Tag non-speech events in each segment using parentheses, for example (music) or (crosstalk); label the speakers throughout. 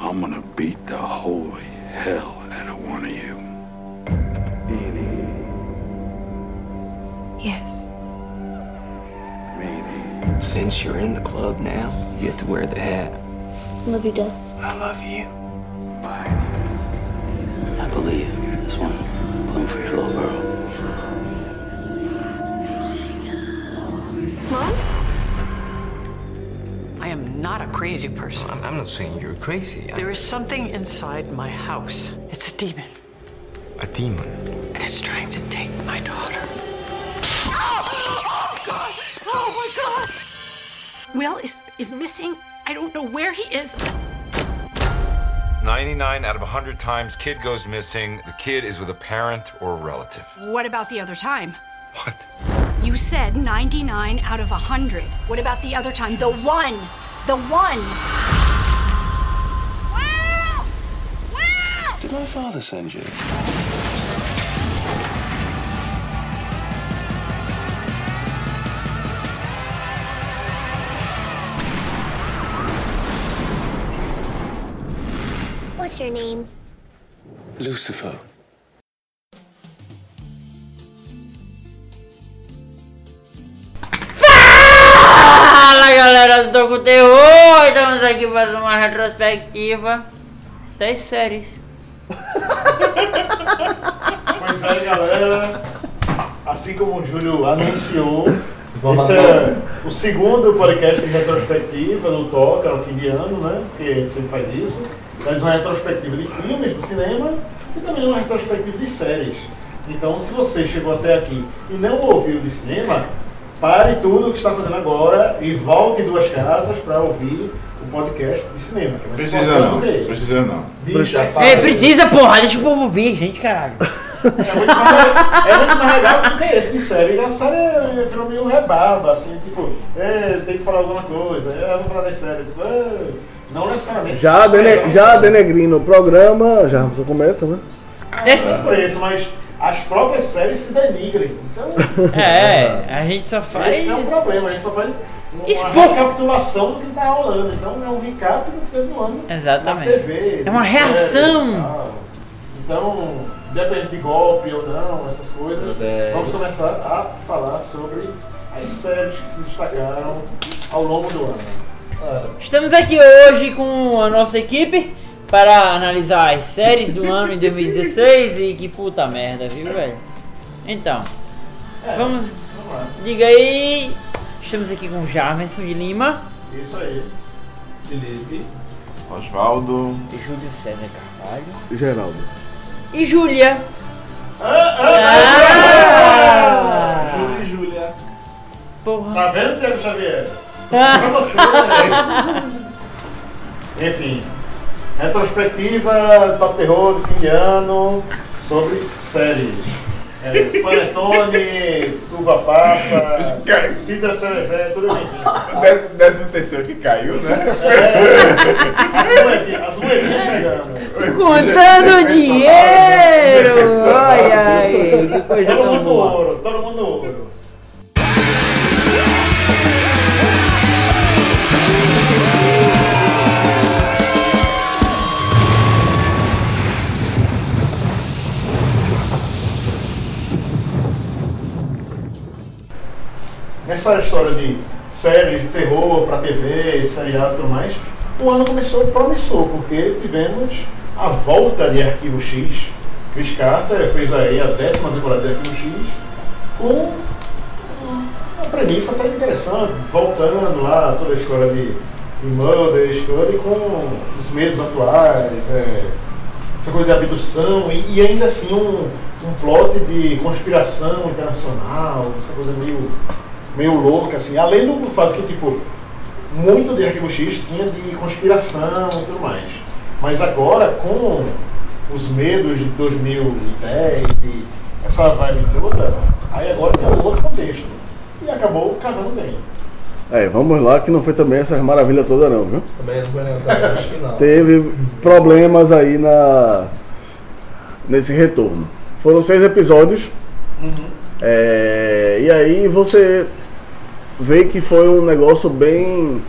Speaker 1: I'm gonna beat the holy hell out of one of you. Eeny,
Speaker 2: Yes.
Speaker 1: meeny,
Speaker 3: Since you're in the club now, you get to wear the hat.
Speaker 4: Love you, Dad.
Speaker 3: I love you.
Speaker 1: miny.
Speaker 3: I believe this one, one for your little girl.
Speaker 5: I am not a crazy person.
Speaker 6: I'm, I'm not saying you're crazy.
Speaker 5: There is something inside my house. It's a demon,
Speaker 6: a demon.
Speaker 5: and it's trying to take my daughter. Oh, oh God! Oh my God!
Speaker 7: Will is is missing. I don't know where he is.
Speaker 8: 99 out of 100 times, kid goes missing. The kid is with a parent or a relative.
Speaker 7: What about the other time?
Speaker 8: What?
Speaker 7: You said 99 out of 100. What about the other time? The one. The one. Will! Will!
Speaker 3: Did my father send you?
Speaker 4: What's your name?
Speaker 3: Lucifer.
Speaker 9: Fala galera do Toco Terror! Estamos aqui para uma retrospectiva das séries.
Speaker 10: Pois é, galera. Assim como o Júlio anunciou,
Speaker 11: Vamos
Speaker 10: esse é o segundo podcast de retrospectiva do Toca, no fim de ano, né? Porque a gente sempre faz isso. Mas uma retrospectiva de filmes, de cinema e também uma retrospectiva de séries. Então, se você chegou até aqui e não ouviu de cinema, pare tudo o que está fazendo agora e volte duas casas para ouvir o podcast de cinema. Que é mais
Speaker 8: Precisa
Speaker 10: importante
Speaker 8: não,
Speaker 10: do que esse.
Speaker 8: precisa não.
Speaker 10: Bicho, essa-
Speaker 9: Ei, É, precisa, porra! Deixa o povo vir, gente, (laughs) caralho.
Speaker 10: É muito mais, é muito mais legal do que esse de série. A série é- virou meio rebarba, assim, tipo, é, tem que falar alguma coisa, é, eu vou falar das séries. Tipo, é, não necessariamente.
Speaker 11: Já, dene,
Speaker 10: Mas, é,
Speaker 11: já denegrindo o programa, já você começa, né?
Speaker 9: É,
Speaker 10: Não por isso, mas as próprias séries se denigrem. Então,
Speaker 9: É, a gente só faz.
Speaker 10: esse não é um problema, a gente só faz uma
Speaker 9: Expo-
Speaker 10: recapitulação do que tá rolando. Então é um recap do que teve no ano.
Speaker 9: Exatamente.
Speaker 10: Na TV,
Speaker 9: É uma
Speaker 10: de série e
Speaker 9: reação.
Speaker 10: tal. Então, depende de golpe ou não, essas coisas.
Speaker 6: Deus.
Speaker 10: Vamos começar a falar sobre as séries que se destacaram ao longo do ano.
Speaker 9: Estamos aqui hoje com a nossa equipe para analisar as séries do ano em 2016 e que puta merda, viu, velho? Então,
Speaker 10: É,
Speaker 9: vamos.
Speaker 10: Vamos lá.
Speaker 9: Diga aí. Estamos aqui com o Jarmerson de Lima
Speaker 10: Isso aí. Felipe.
Speaker 8: Osvaldo.
Speaker 9: e Júlio César Carvalho.
Speaker 11: Geraldo.
Speaker 9: E Júlia.
Speaker 10: Ah, Júlio e Júlia.
Speaker 9: Porra.
Speaker 10: Tá vendo, Tiago Xavier? é pra você, né? Enfim, retrospectiva, top terror do fim de ano, sobre séries. É, Panetone, Tuba Passa, Cidra Cerezé, tudo bem.
Speaker 8: Décimo, décimo terceiro que caiu, né?
Speaker 10: É, As moedinhas, as moedinhas chegando.
Speaker 9: Contando dinheiro! Olha aí, que coisa
Speaker 10: Todo
Speaker 9: tão
Speaker 10: mundo
Speaker 9: boa.
Speaker 10: ouro, todo mundo ouro. nessa história de séries de terror para TV, seriado e tudo mais, o ano começou promissor, porque tivemos a volta de Arquivo X. Chris Carter fez aí a décima temporada de Arquivo X com uma premissa até interessante, voltando lá toda a história de, de Mulder, Scully, com os medos atuais, é, essa coisa de abdução e, e ainda assim um, um plot de conspiração internacional, essa coisa meio, meio louca, assim. Além do fato que, tipo, muito de Arquivo X tinha de conspiração e tudo mais. Mas agora, com os medos de 2010 e essa vibe toda, aí agora tem um outro contexto. E acabou casando bem.
Speaker 11: É, vamos lá, que não foi também essas maravilhas todas não, viu?
Speaker 3: Também não foi nada, acho que não.
Speaker 11: Teve problemas aí na nesse retorno. Foram seis episódios.
Speaker 10: Uhum.
Speaker 11: É, e aí você vê que foi um negócio bem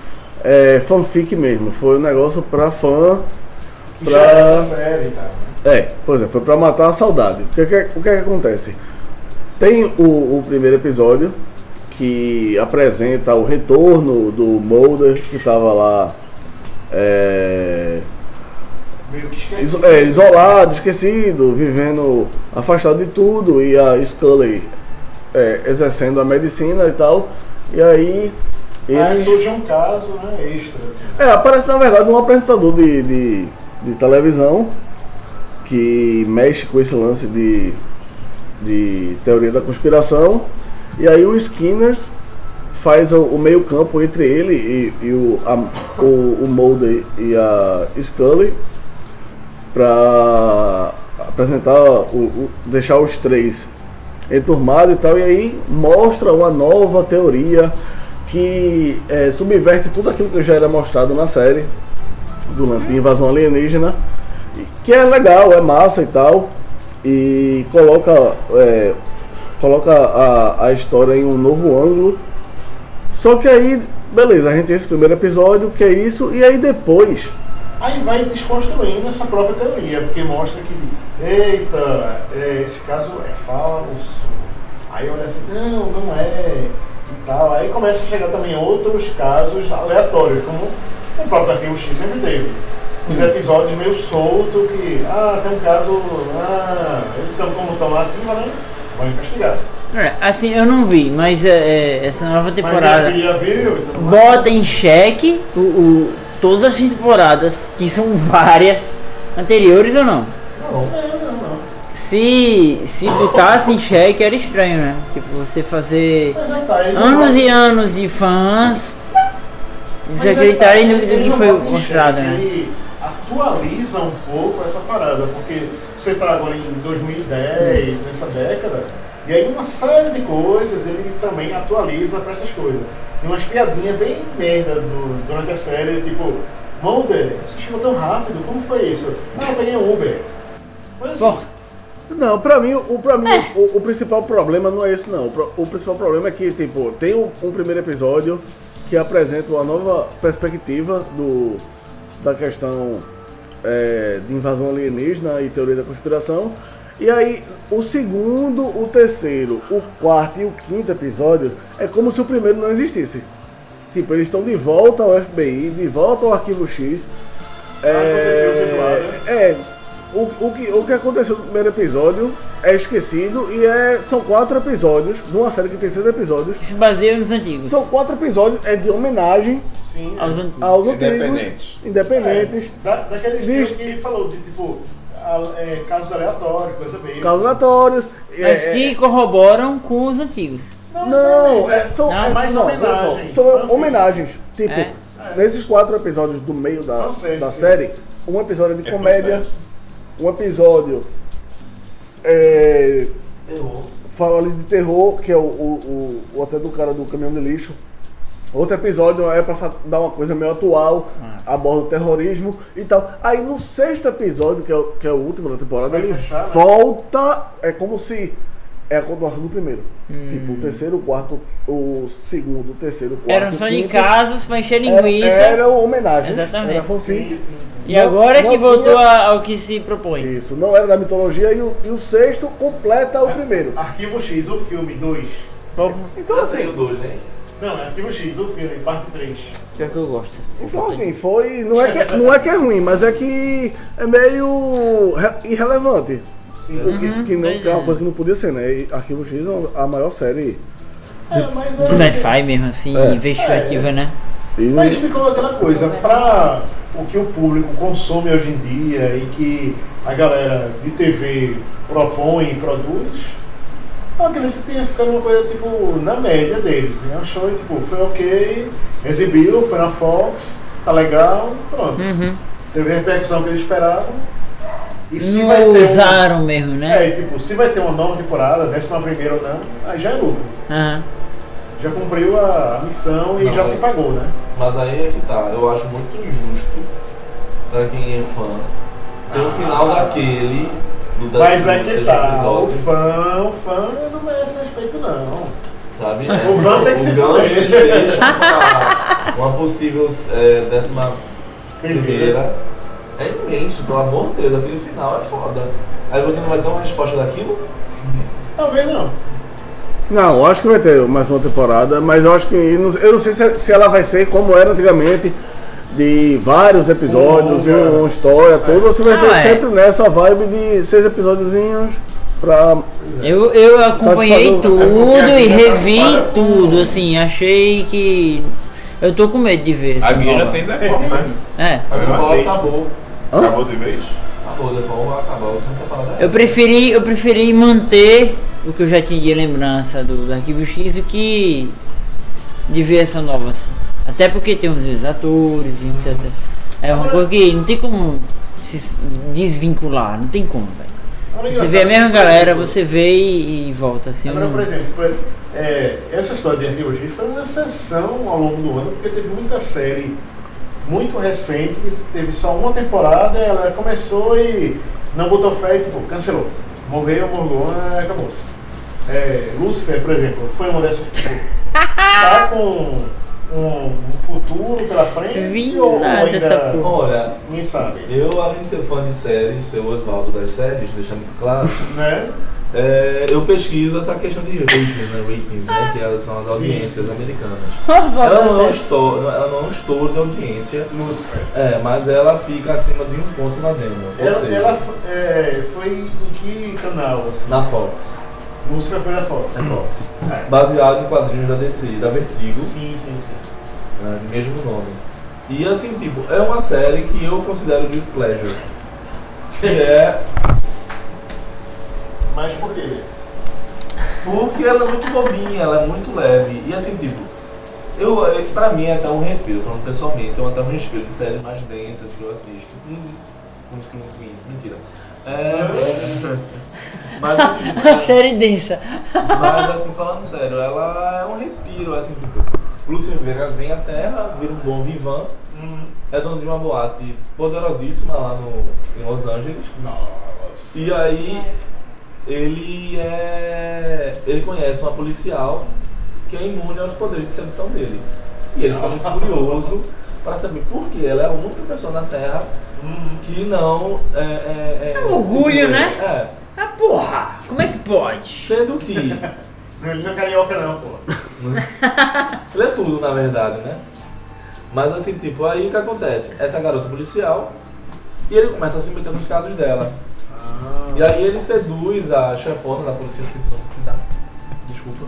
Speaker 11: é, fanfic mesmo. Foi um negócio pra fã
Speaker 10: que já era da
Speaker 1: pra.
Speaker 10: série e tal. né?
Speaker 1: É, pois é, foi pra matar a saudade. Porque o que, o que, é que acontece? Tem o, o primeiro episódio que apresenta o retorno do Mulder que tá tava lá. É,
Speaker 10: Meio que esqueci.
Speaker 1: iso- é, isolado, esquecido, vivendo afastado de tudo e a Scully é, exercendo a medicina e tal. E aí
Speaker 10: Aí
Speaker 1: eles-
Speaker 10: surge um caso né, extra, assim.
Speaker 1: é, aparece na verdade um apresentador de, de, de televisão que mexe com esse lance de, de teoria da conspiração. E aí o Skinner faz o, o meio campo entre ele e, e o, a- o, o Mulder e a Scully para apresentar, o, o- deixar os três enturmados e tal. E aí mostra uma nova teoria que eh, subverte tudo aquilo que já era mostrado na série do lance de invasão alienígena, e que é legal, é massa e tal, e coloca, eh, coloca a, a história em um novo ângulo. Só que aí, beleza, a gente tem esse primeiro episódio, que é isso, e aí depois
Speaker 10: Aí vai desconstruindo essa própria teoria, porque mostra que, eita, é, esse caso é falso. Aí olha assim, não, não é, e tal. Aí começa a chegar também outros casos aleatórios, como o próprio Arquivo X sempre teve. Os episódios meio solto que, ah, tem um caso, ah, eles estão como estão na ativa, né? Vão investigar.
Speaker 9: É, Assim, eu não vi, mas é, é, essa nova
Speaker 10: Mas minha
Speaker 9: temporada
Speaker 10: filha viu, então,
Speaker 9: bota em xeque o, o- todas as temporadas, que são várias, anteriores ou não?
Speaker 10: não, não, não, não.
Speaker 9: Se, se botasse em xeque era estranho, né? Tipo, você fazer
Speaker 10: Mas aí tá, aí
Speaker 9: anos e anos de fãs desacreditarem no que foi mostrado, né?
Speaker 10: Ele atualiza um pouco essa parada, porque você está agora em 2010, nessa década, e aí uma série de coisas ele também atualiza para essas coisas. Tem umas piadinhas bem merda do- durante a série, tipo, Mulder, você chegou tão rápido, como foi isso? Ah, eu peguei um Uber. Mas assim,
Speaker 9: Bom,
Speaker 1: Não, pra mim, o, pra mim o, o principal problema não é esse, não. O pro- O principal problema é que, tipo, tem um, um primeiro episódio que apresenta uma nova perspectiva do, da questão é, de invasão alienígena e teoria da conspiração. E aí, o segundo, o terceiro, o quarto e o quinto episódio é como se o primeiro não existisse. Tipo, eles estão de volta ao FBI, de volta ao Arquivo X.
Speaker 10: aconteceu, sei lá, né?
Speaker 1: É, o, o, que, o que aconteceu no primeiro episódio é esquecido e é, são quatro episódios, numa série que tem seis episódios.
Speaker 9: se baseia nos antigos.
Speaker 1: São quatro episódios, é de homenagem
Speaker 10: sim,
Speaker 9: Aos antigos.
Speaker 1: aos antigos.
Speaker 3: Independentes.
Speaker 1: Independentes.
Speaker 10: É, da, daquele
Speaker 1: Diz-
Speaker 10: estilo que ele falou, de tipo, a- é, casos aleatórios, coisa meio.
Speaker 1: Casos aleatórios.
Speaker 9: Mas
Speaker 1: é-
Speaker 9: que corroboram com os antigos.
Speaker 1: Não, é, são
Speaker 9: Não,
Speaker 1: é,
Speaker 10: mais
Speaker 1: não,
Speaker 10: homenagens.
Speaker 1: São, são
Speaker 10: Fanfic.
Speaker 1: homenagens. Tipo,
Speaker 9: É.
Speaker 1: nesses quatro episódios do meio da,
Speaker 10: Fanfic.
Speaker 1: da série, um episódio de
Speaker 3: É
Speaker 1: comédia,
Speaker 3: fanfic.
Speaker 1: um episódio é, fala ali de terror, que é o, o, o, o até do cara do caminhão de lixo. Outro episódio é pra fa- dar uma coisa meio atual,
Speaker 10: Ah.
Speaker 1: aborda o terrorismo e tal. Aí no sexto episódio, que é o, que é o último da temporada,
Speaker 10: Vai
Speaker 1: ele
Speaker 10: fechar, né?
Speaker 1: volta. É como se. É a continuação do primeiro. Tipo, o terceiro, o quarto, o segundo, o terceiro, o quarto.
Speaker 9: Eram
Speaker 1: o
Speaker 9: só de
Speaker 1: quinto.
Speaker 9: casos pra encher
Speaker 1: Era-
Speaker 9: linguiça.
Speaker 1: Eram homenagens.
Speaker 9: Exatamente.
Speaker 1: Era fanfic.
Speaker 9: e
Speaker 1: Não-
Speaker 9: agora é
Speaker 1: não
Speaker 9: que voltou
Speaker 1: tinha-
Speaker 9: a- ao que se propõe.
Speaker 1: Isso, não era da mitologia e o, e o sexto completa o primeiro.
Speaker 10: Arquivo X, o filme 2.
Speaker 9: Bom,
Speaker 1: Então assim,
Speaker 10: Não, é Arquivo X, o filme, parte 3.
Speaker 9: pior É que eu gosto.
Speaker 1: Então assim, foi. Não é, que, não é que é ruim, mas é que é meio re- irrelevante. O que, que
Speaker 8: Uhum.
Speaker 1: não, que é uma coisa que não podia ser, né? E Arquivo X é a maior série.
Speaker 10: É, mas, é,
Speaker 9: Sci-fi mesmo, assim,
Speaker 1: É.
Speaker 9: investigativa, né?
Speaker 1: E
Speaker 10: mas ficou aquela coisa, pra o que o público consome hoje em dia e que a galera de TV propõe e produz, eu acredito que tenha ficado uma coisa tipo na média deles. Né? Achou tipo, foi ok, exibiu, foi na Fox, tá legal, pronto. Teve a repercussão que eles esperavam. E se vai
Speaker 9: Não
Speaker 10: ter um-
Speaker 9: usaram mesmo, né?
Speaker 10: É, e, tipo, se vai ter uma nova temporada, décima primeira ou não, aí já é lucro.
Speaker 9: Aham.
Speaker 10: Já cumpriu a a missão e
Speaker 3: Não,
Speaker 10: já
Speaker 3: mas-
Speaker 10: se pagou, né?
Speaker 3: Mas aí é que tá, eu acho muito injusto pra quem é fã ter o final daquele. Do da-
Speaker 10: Mas é
Speaker 3: do
Speaker 10: que
Speaker 3: sexto
Speaker 10: tá, o
Speaker 3: episódio,
Speaker 10: fã, o fã não merece respeito não.
Speaker 3: Sabe? É,
Speaker 10: o fã tem que se
Speaker 3: gancho
Speaker 10: fuder.
Speaker 3: eles
Speaker 10: (laughs)
Speaker 3: deixam pra uma possível é, décima primeira.
Speaker 10: é imenso, pelo amor de Deus, aquele final é foda. Aí você não vai ter uma resposta daquilo?
Speaker 8: Talvez não.
Speaker 3: Não, eu acho que vai ter mais uma temporada, mas eu acho que. Eu não, eu não sei se, se ela vai ser como era antigamente, de vários episódios,
Speaker 8: Longa.
Speaker 3: uma história toda, ou se vai
Speaker 9: Ah,
Speaker 3: ser
Speaker 9: é.
Speaker 3: sempre nessa vibe de seis episódiozinhos pra.
Speaker 9: Eu, eu acompanhei
Speaker 3: Satisfador.
Speaker 8: É porque
Speaker 9: tudo
Speaker 8: a
Speaker 9: e
Speaker 8: mina
Speaker 1: tá
Speaker 9: revi
Speaker 8: trabalha com-
Speaker 9: tudo, assim, achei que. Eu tô com medo de ver.
Speaker 12: A
Speaker 9: essa
Speaker 12: minha
Speaker 9: nova.
Speaker 12: já tem default, né?
Speaker 9: É.
Speaker 12: A
Speaker 10: Aí
Speaker 8: Tá
Speaker 12: minha
Speaker 10: fala,
Speaker 12: tem.
Speaker 10: acabou.
Speaker 12: Tá Acabou de vez?
Speaker 10: Acabou, depois vai acabar. Você não quer falar dela.
Speaker 9: Eu preferi, eu preferi manter o que eu já tinha de lembrança do, do Arquivo X do que de ver essa nova. assim. Até porque tem uns atores e etc. É uma coisa que não tem como se s- desvincular, não tem como, velho.
Speaker 8: Agora,
Speaker 9: Você vê a
Speaker 8: engraçado,
Speaker 9: mesma
Speaker 8: por exemplo,
Speaker 9: galera, você vê e, e volta assim. eu
Speaker 8: tá Agora,
Speaker 9: não-
Speaker 8: por exemplo, por exemplo, é, essa história de Arquivo X foi uma exceção ao longo do ano, porque teve muita série muito recente, que teve só uma temporada, ela começou e não botou fé e tipo, cancelou. Morreu, morgou, ah, acabou. É, Lúcifer, por exemplo, foi uma dessas. Tipo,
Speaker 9: (laughs)
Speaker 8: tá com um, um futuro pela frente
Speaker 9: Vi
Speaker 8: ou
Speaker 9: nada dessa
Speaker 8: ainda
Speaker 9: porra.
Speaker 10: Olha,
Speaker 8: ninguém sabe,
Speaker 10: eu além de ser fã de séries, ser o Oswaldo das séries, deixando claro,
Speaker 8: (laughs) né?
Speaker 10: é, eu pesquiso essa questão de ratings, né? Ratings, né? Que elas são as
Speaker 8: Sim.
Speaker 10: audiências né. americanas.
Speaker 9: Volta
Speaker 10: Ela não, é um
Speaker 9: certo.
Speaker 10: estouro, não- ela não é um estouro de audiência,
Speaker 8: Lúcifer.
Speaker 10: é, mas ela fica acima de um ponto na demo. Ou
Speaker 8: Ela,
Speaker 10: seja,
Speaker 8: ela fo- é, foi em que canal? Assim?
Speaker 10: na Fox.
Speaker 8: Lúcifer foi da Fox.
Speaker 10: Na Fox.
Speaker 8: É.
Speaker 10: Baseado em quadrinhos da DC, da Vertigo.
Speaker 8: Sim, sim, sim.
Speaker 10: né, do mesmo nome. E assim, tipo, é uma série que eu considero de pleasure. Que é
Speaker 8: Mas por quê?
Speaker 10: porque ela é muito bobinha, ela é muito leve. E assim, tipo, eu, é que pra mim é até um respiro, falando pessoalmente, é até um respiro de séries mais densas que eu assisto. Hum, Com screen queens, mentira.
Speaker 8: (laughs)
Speaker 10: É, mas, assim, tipo,
Speaker 9: (laughs) A série densa.
Speaker 10: Mas assim, falando sério, ela é um respiro, assim, tipo, Lúcio Vega vem à Terra, vira um bom vivan, é dono de uma boate poderosíssima lá no, em Los Angeles.
Speaker 8: Nossa.
Speaker 10: E aí ele é. ele conhece uma policial que é imune aos poderes de sedução dele. E ele fica muito curioso para saber por que ela é a única pessoa na Terra que não é. é, é
Speaker 9: É um orgulho,
Speaker 10: seguiu ele.
Speaker 9: né?
Speaker 10: É.
Speaker 9: Ah, porra! Como é que pode?
Speaker 10: Sendo que
Speaker 8: (laughs) Não, ele não é carioca não, pô.
Speaker 10: Ele é tudo, na verdade, né? Mas assim, tipo, aí o que acontece? Essa garota policial e ele começa a se meter nos casos dela.
Speaker 8: Ah.
Speaker 10: E aí ele seduz a chefona da polícia, esqueci o nome da cidade. Desculpa.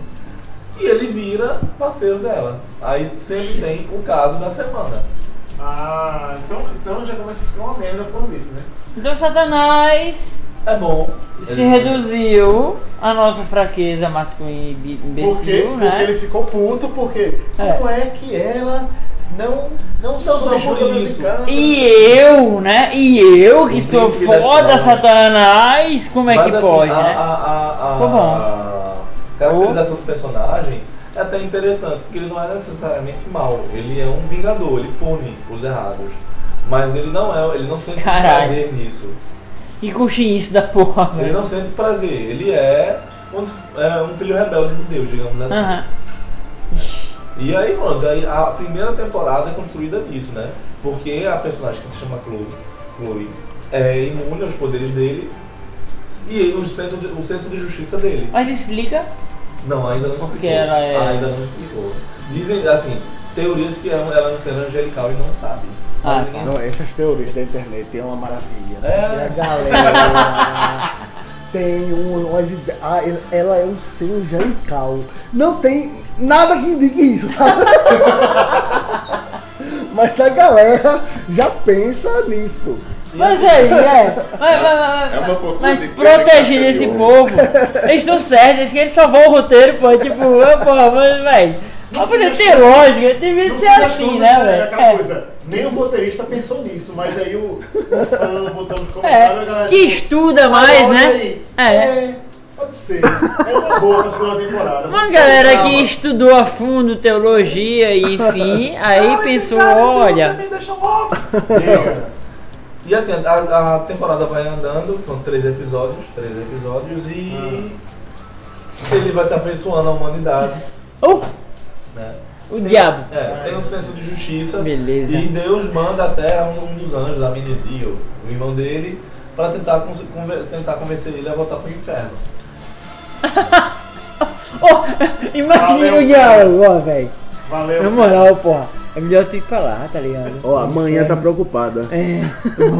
Speaker 10: E ele vira parceiro dela. Aí sempre tem o caso da semana.
Speaker 8: Ah, então, então já começa a ficar uma merda por isso, né?
Speaker 9: Então Satanás
Speaker 10: É bom.
Speaker 9: se
Speaker 10: Ele-
Speaker 9: reduziu à nossa fraqueza masculina e bi-
Speaker 8: Porque,
Speaker 9: imbecil,
Speaker 8: porque
Speaker 9: né?
Speaker 8: ele ficou puto, porque como é que ela não, não
Speaker 10: só por
Speaker 8: subjuga meus
Speaker 10: isso.
Speaker 8: encantos?
Speaker 9: E eu, né? E eu que
Speaker 10: O
Speaker 9: sou
Speaker 10: príncipe das
Speaker 9: foda,
Speaker 10: trevas.
Speaker 9: Satanás, como é
Speaker 10: Mas,
Speaker 9: que
Speaker 10: assim,
Speaker 9: pode,
Speaker 10: a,
Speaker 9: né?
Speaker 10: a, a, a,
Speaker 9: Ficou bom.
Speaker 10: a caracterização do personagem é até interessante, porque ele não é necessariamente mal, ele é um vingador, ele pune os errados. Mas ele não é, ele não sente
Speaker 9: Caralho.
Speaker 10: prazer nisso.
Speaker 9: E curti isso da porra, né?
Speaker 10: Ele
Speaker 9: velho.
Speaker 10: não sente prazer, ele é um, dos- é um filho rebelde de Deus, digamos assim.
Speaker 9: Aham.
Speaker 10: E aí, mano, daí a primeira temporada é construída nisso, né? Porque a personagem que se chama Chloe, Chloe é imune aos poderes dele e o senso de, o senso de justiça dele.
Speaker 9: Mas explica.
Speaker 10: Não, ainda não
Speaker 9: Porque
Speaker 10: explicou.
Speaker 9: ela é-
Speaker 10: Ainda não explicou. Dizem, assim, teorias que ela ela não ser angelical e não sabe. Mas
Speaker 9: Ah,
Speaker 10: ninguém-
Speaker 3: Não, essas teorias da internet é uma maravilha.
Speaker 10: É.
Speaker 3: E a galera tem um, umas ide- ah, ele- ela é um ser angelical. Não tem nada que indique isso, sabe? Mas a galera já pensa nisso.
Speaker 9: Mas aí, é. Mas,
Speaker 12: É
Speaker 9: mas,
Speaker 12: uma
Speaker 9: mas,
Speaker 12: pouco
Speaker 9: mas
Speaker 12: de
Speaker 9: proteger
Speaker 12: caricatura.
Speaker 9: esse povo. Eles estão certos, eles querem salvar o roteiro, pô. Tipo, ah, porra, mas, velho. Mas podia ter lógica, devia
Speaker 8: Não
Speaker 9: ser
Speaker 8: fica
Speaker 9: assim,
Speaker 8: tudo,
Speaker 9: né,
Speaker 8: Aquela
Speaker 9: velho?
Speaker 8: coisa, nem o roteirista pensou nisso, mas aí o, o fã botou nos
Speaker 9: É.
Speaker 8: comentários a
Speaker 9: É.
Speaker 8: galera...
Speaker 9: Que estuda mais,
Speaker 8: Ah, olha
Speaker 9: né?
Speaker 8: aí.
Speaker 9: É.
Speaker 8: Pode ser. É uma boa pra segunda temporada.
Speaker 9: Uma galera
Speaker 10: Calma.
Speaker 9: que estudou a fundo teologia e
Speaker 8: (laughs)
Speaker 9: enfim, aí
Speaker 10: Ai,
Speaker 9: pensou,
Speaker 10: cara, se Você
Speaker 9: olha.
Speaker 10: me deixa louco.
Speaker 8: Nega.
Speaker 10: E assim, a, a temporada vai andando, são três episódios, três episódios e.
Speaker 8: Ah.
Speaker 10: Ele vai se afeiçoando à humanidade,
Speaker 9: Oh,
Speaker 10: né?
Speaker 9: O diabo.
Speaker 10: É, tem um senso de justiça.
Speaker 9: Beleza.
Speaker 10: E Deus manda até um, um dos anjos, a Dio, o irmão dele, pra tentar, cons- conver- tentar convencer ele a voltar pro inferno.
Speaker 9: Oh, (laughs)
Speaker 8: é
Speaker 9: Imagina
Speaker 8: um
Speaker 9: o diabo, ó, velho.
Speaker 8: Valeu.
Speaker 9: Na moral, porra. É melhor tu ir pra lá, tá ligado?
Speaker 3: Ó, a manhã tá preocupada.
Speaker 9: É.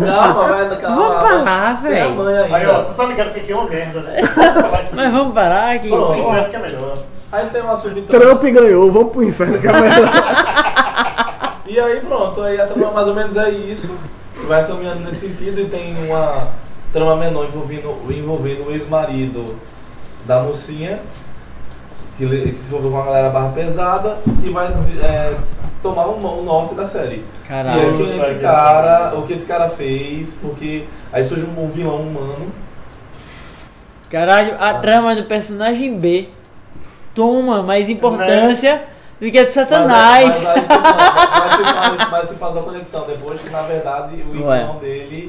Speaker 10: Calma, vai, calma.
Speaker 9: Vamos pra lá,
Speaker 10: Tem a
Speaker 9: velho.
Speaker 10: mãe ainda.
Speaker 8: Aí, ó, tu tá ligado que aqui é uma merda,
Speaker 10: (laughs)
Speaker 8: né?
Speaker 9: Mas vamos parar aqui.
Speaker 8: Pô, o inferno que é melhor.
Speaker 10: Aí tem um assunto então.
Speaker 3: Trump ganhou, vamos pro inferno que é melhor.
Speaker 10: E aí pronto, aí a trama mais ou menos é isso. Vai caminhando nesse sentido e tem uma trama menor envolvendo, envolvendo o ex-marido da mocinha, que, le- que se envolveu com uma galera barra pesada, que vai é, tomar o, mo- o norte da série.
Speaker 9: Caralho.
Speaker 10: E aí quem é esse cara, o que esse cara fez, porque aí surge um um vilão humano.
Speaker 9: Caralho,
Speaker 10: Ah.
Speaker 9: a trama do personagem B toma mais importância do que a de Satanás.
Speaker 10: Né? Mas, aí- mas, aí se faz, mas, se faz, mas se faz a conexão depois que, na verdade, o
Speaker 9: Ué.
Speaker 10: irmão dele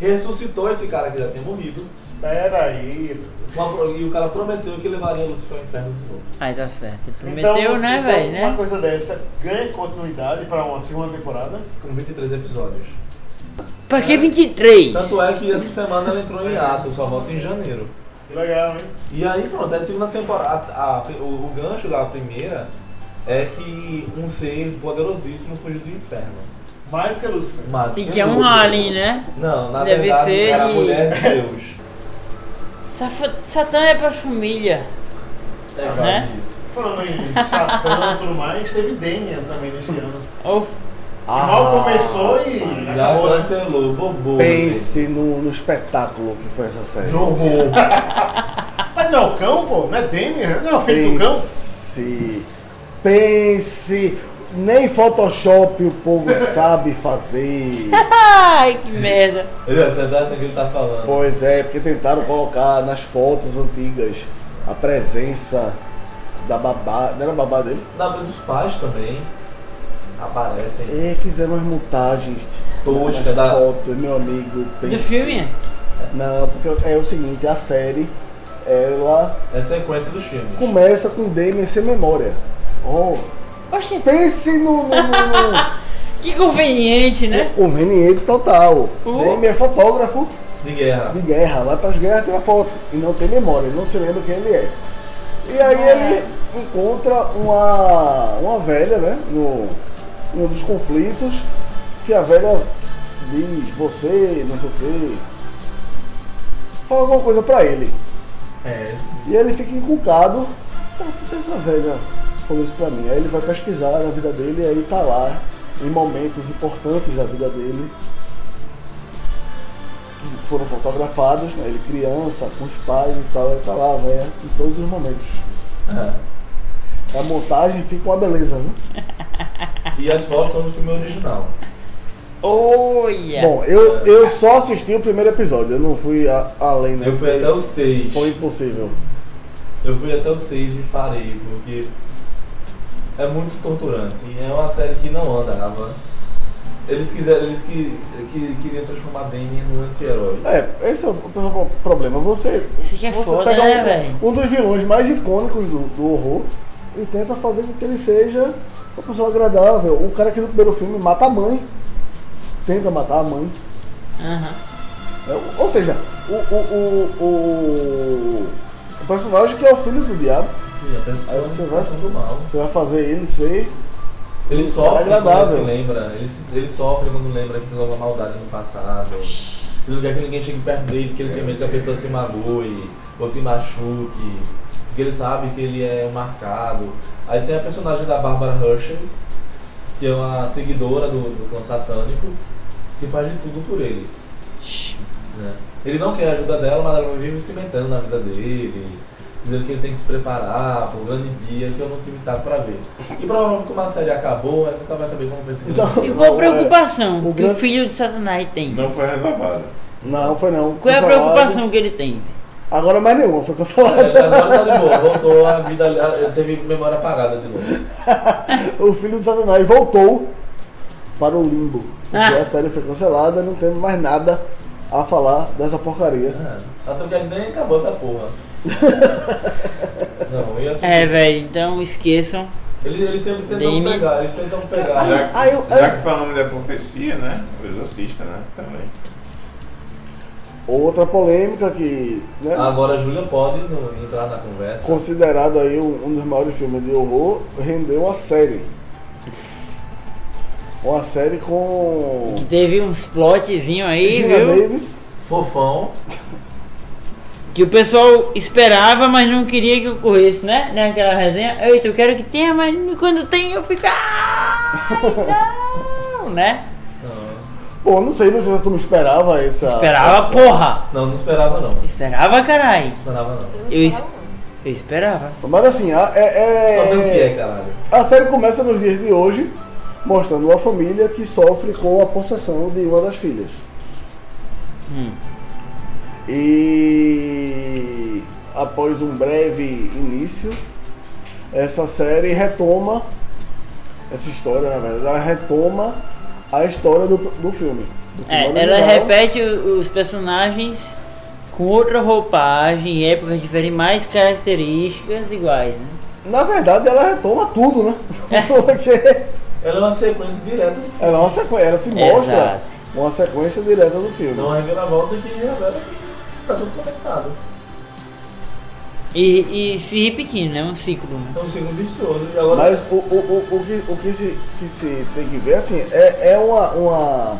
Speaker 10: ressuscitou esse cara que já tinha morrido.
Speaker 8: Pera aí.
Speaker 10: Uma pro- e o cara prometeu que levaria Lúcifer ao inferno de novo.
Speaker 9: Ai, tá certo. Ele Prometeu, né,
Speaker 8: então,
Speaker 9: velho,
Speaker 8: Uma
Speaker 9: né?
Speaker 8: coisa dessa ganha continuidade pra uma segunda temporada.
Speaker 10: Com 23 episódios.
Speaker 9: Pra
Speaker 8: né?
Speaker 9: que 23?
Speaker 10: Tanto é que essa semana ela entrou em ato, só volta em janeiro.
Speaker 8: Que legal, hein?
Speaker 10: E aí, pronto, é a segunda temporada. a- a- o, o gancho da primeira é que um ser poderosíssimo fugiu do inferno.
Speaker 8: Mais do que Lúcifer.
Speaker 10: Mas-
Speaker 9: E que é um alien, né?
Speaker 10: Não, na
Speaker 9: Deve
Speaker 10: verdade
Speaker 9: ser
Speaker 10: era a
Speaker 9: de-
Speaker 10: mulher de Deus.
Speaker 9: Safa- Satã é pra família.
Speaker 10: É,
Speaker 9: Né?
Speaker 10: quase isso.
Speaker 8: Falando em Satã e tudo mais, teve Damian também nesse ano.
Speaker 9: Ou
Speaker 8: Mal começou e
Speaker 10: Já
Speaker 8: acabou,
Speaker 9: tá
Speaker 8: né?
Speaker 10: cancelou, bobou.
Speaker 3: Pense no, no espetáculo que foi essa série.
Speaker 10: Jogou.
Speaker 8: Mas não é o cão, pô? Não é Damian? Não é o filho do cão?
Speaker 3: Pense. Pense. Nem Photoshop o
Speaker 10: (laughs)
Speaker 3: povo sabe fazer.
Speaker 9: Ai, que merda.
Speaker 10: Ele vai saber o que ele tá falando.
Speaker 3: Pois é, porque tentaram colocar nas fotos antigas a presença da babá. Não era a babá dele?
Speaker 10: Na vida dos pais também aparecem.
Speaker 3: E É, fizeram as montagens.
Speaker 10: Tosca,
Speaker 3: nas
Speaker 10: da-
Speaker 3: fotos, meu amigo.
Speaker 9: Do
Speaker 3: pense.
Speaker 9: filme?
Speaker 3: Não, porque é o seguinte, a série, ela
Speaker 10: É sequência dos filmes.
Speaker 3: começa com Damien sem memória. Oh,
Speaker 9: Oxe,
Speaker 3: pense no, no, no- no-
Speaker 9: que conveniente, né?
Speaker 3: conveniente total.
Speaker 9: Uh.
Speaker 3: Damien é fotógrafo
Speaker 10: De guerra.
Speaker 3: de guerra, vai pras guerras tirar foto e não tem memória, ele não se lembra quem ele é. E aí ele encontra uma, uma velha, né, no em um dos conflitos, que a velha diz, você, não sei o quê, fala alguma coisa pra ele.
Speaker 10: É,
Speaker 3: E ele fica encucado. Pô, por que essa velha falou isso pra mim? Aí ele vai pesquisar na vida dele e aí tá lá, em momentos importantes da vida dele, que foram fotografados, né? Ele criança, com os pais e tal, ele tá lá, a velha, em todos os momentos. A montagem fica uma beleza, né?
Speaker 10: E as fotos são do filme original.
Speaker 9: Olha.
Speaker 3: Bom, eu, eu só assisti o primeiro episódio, eu não fui a- além, né?
Speaker 10: Eu fui até o 6.
Speaker 3: Foi impossível.
Speaker 10: Eu fui até o 6 e parei, porque é muito torturante. E É uma série que não andava. Eles quiseram, eles que, que queriam transformar Damien num anti-herói.
Speaker 3: É, esse é o pro- problema. Você,
Speaker 9: Isso aqui é
Speaker 3: você
Speaker 9: foda,
Speaker 3: pega
Speaker 9: né,
Speaker 3: um-
Speaker 9: velho?
Speaker 3: um, dos vilões mais icônicos do, do horror e tenta fazer com que ele seja uma pessoa agradável. O cara que no primeiro filme mata a mãe. Tenta matar a mãe.
Speaker 9: Aham.
Speaker 3: É, ou seja, o, o, o, o, o personagem que é o filho do diabo,
Speaker 10: Sim, a pessoa é
Speaker 3: Aí
Speaker 10: uma
Speaker 3: você
Speaker 10: situação do mal.
Speaker 3: você vai fazer ele ser.
Speaker 10: Ele sofre quando
Speaker 3: agradável.
Speaker 10: se lembra. Ele, se- ele sofre quando lembra que fez alguma maldade no passado. Ele não quer que ninguém chegue perto dele, porque ele tem medo que a pessoa se magoe ou se machuque. Porque ele sabe que ele é um marcado. Aí tem a personagem da Barbara Hershey, que é uma seguidora do, do clã satânico, que faz de tudo por ele. né? Ele não quer a ajuda dela, mas ela vive se metendo na vida dele, dizendo que ele tem que se preparar para um grande dia que eu não tive saco para ver. E provavelmente como a série acabou, ele nunca vai saber como foi esse grande
Speaker 3: Então-
Speaker 9: E
Speaker 10: dia.
Speaker 9: qual a preocupação
Speaker 3: O
Speaker 9: que o
Speaker 3: um grande-
Speaker 9: filho de Satanás tem?
Speaker 12: Não foi renovado.
Speaker 3: Não, foi não.
Speaker 9: Qual é a
Speaker 3: cancelado.
Speaker 9: preocupação que ele tem?
Speaker 3: Agora mais nenhuma, foi cancelado.
Speaker 10: É, Agora tá de boa, voltou a vida, ele teve memória apagada de novo.
Speaker 3: (laughs) O filho de Satanás voltou para o limbo. Porque a série foi cancelada, não temos mais nada a falar dessa porcaria.
Speaker 10: É, Até porque nem acabou essa porra. Não, e assim,
Speaker 9: É, velho, então esqueçam.
Speaker 10: Eles, eles sempre tentam pegar, eles tentam pegar.
Speaker 12: Tá, Já,
Speaker 3: Ah, eu-
Speaker 12: já
Speaker 3: eu-
Speaker 12: que falamos da profecia, né? O exorcista, né? Também.
Speaker 3: Outra polêmica que. né,
Speaker 10: Agora a Júlia pode no- entrar na conversa.
Speaker 3: Considerado aí um, um dos maiores filmes de horror, rendeu uma série. Uma série com.
Speaker 9: Teve uns plotzinhos aí,
Speaker 3: Gina
Speaker 9: viu?
Speaker 3: Davis.
Speaker 10: Fofão.
Speaker 9: Que o pessoal esperava, mas não queria que ocorresse, né? Naquela resenha. Eita, eu quero que tenha, mas quando tem eu fico.
Speaker 3: (laughs)
Speaker 9: "Ai, não, né?
Speaker 3: Pô, não sei, não sei se tu não esperava essa.
Speaker 9: Esperava,
Speaker 3: essa-
Speaker 9: porra!
Speaker 10: Não, não esperava não.
Speaker 9: Esperava, carai!
Speaker 10: Esperava não.
Speaker 9: Eu, es- eu esperava.
Speaker 3: Mas assim, a- é. é
Speaker 10: Sabe o que é, caralho?
Speaker 3: A série começa nos dias de hoje, mostrando uma família que sofre com a possessão de uma das filhas.
Speaker 9: Hum.
Speaker 3: E após um breve início, essa série retoma essa história, na verdade, ela retoma a história do, do filme. do filme
Speaker 9: É, ela
Speaker 3: original.
Speaker 9: repete o- os personagens com outra roupagem, épocas diferentes, mais características iguais, né?
Speaker 3: Na verdade, ela retoma tudo, né? (laughs) Porque
Speaker 10: Ela é uma sequência direta do filme.
Speaker 3: ela, é uma sequ- ela se mostra
Speaker 9: Exato.
Speaker 3: uma sequência direta do filme.
Speaker 10: Não revela a volta é que revela que tá tudo conectado.
Speaker 9: E, e se repetindo, né? Um ciclo.
Speaker 10: É um ciclo vicioso. E agora
Speaker 3: Mas o, o, o, o, que, o que, se, que se tem que ver assim, é, é uma, uma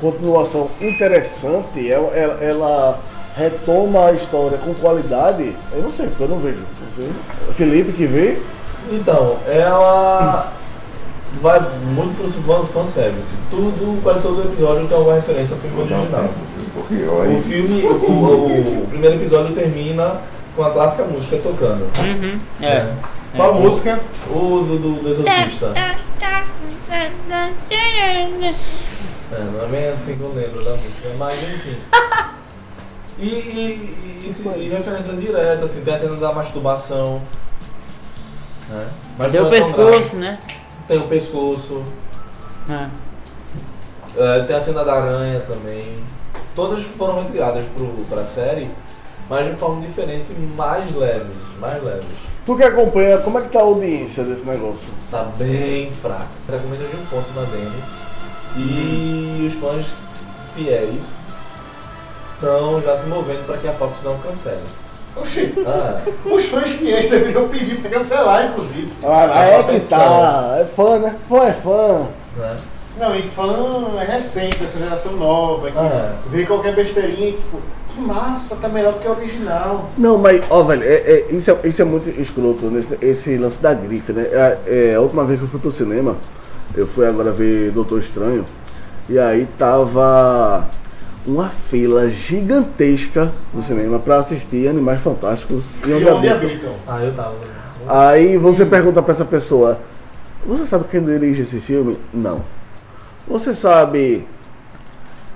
Speaker 3: continuação interessante, ela, ela, ela retoma a história com qualidade. Eu não sei, porque eu não vejo. Você, Felipe que vê,
Speaker 10: Então, ela vai muito pro fan- fanservice. Tudo, quase todo episódio tem alguma referência ao filme original.
Speaker 12: Porque olha.
Speaker 10: O filme, o, o- o primeiro episódio termina com a clássica música tocando.
Speaker 9: É.
Speaker 12: Qual música?
Speaker 10: O do, do, do Exorcista. É, não é bem assim que eu lembro da música, mas enfim. E, e, e, e, se- e referências diretas, assim, tem a cena da masturbação. Né? Mas
Speaker 9: Deu
Speaker 10: não
Speaker 9: o
Speaker 10: é tão grave.
Speaker 9: pescoço, né?
Speaker 10: Tem o pescoço.
Speaker 9: Ah.
Speaker 10: É, tem a cena da aranha também. Todas foram recriadas pro, pra série, mas de forma diferente, mais leves, mais leves.
Speaker 3: tu que acompanha, como é que tá a audiência desse negócio?
Speaker 10: Tá bem fraco. Recomenda de um ponto na demo.
Speaker 8: Hum.
Speaker 10: E os fãs fiéis estão já se movendo pra que a Fox não cancele.
Speaker 8: Oxi,
Speaker 10: Ah,
Speaker 8: os fãs fiéis deveriam pedir pra cancelar, inclusive.
Speaker 3: Ah, é que tá, é fã, né? Fã é fã.
Speaker 10: né?
Speaker 8: Não, e fã é recente, essa geração nova, que
Speaker 10: Ah.
Speaker 8: vê qualquer besteirinha e tipo, que massa, tá melhor do que o original.
Speaker 3: Não, mas, ó, velho, é, é- isso, é, isso é muito escroto, nesse, esse lance da grife, né? É, é, a última vez que eu fui pro cinema, eu fui agora ver Doutor Estranho, e aí tava uma fila gigantesca no cinema pra assistir Animais Fantásticos e
Speaker 8: E
Speaker 3: Onde
Speaker 8: onde é
Speaker 3: Habitam.
Speaker 8: habitam?
Speaker 10: ah eu tava.
Speaker 3: Aí você pergunta pra essa pessoa, você sabe quem dirige esse filme? Não. Você sabe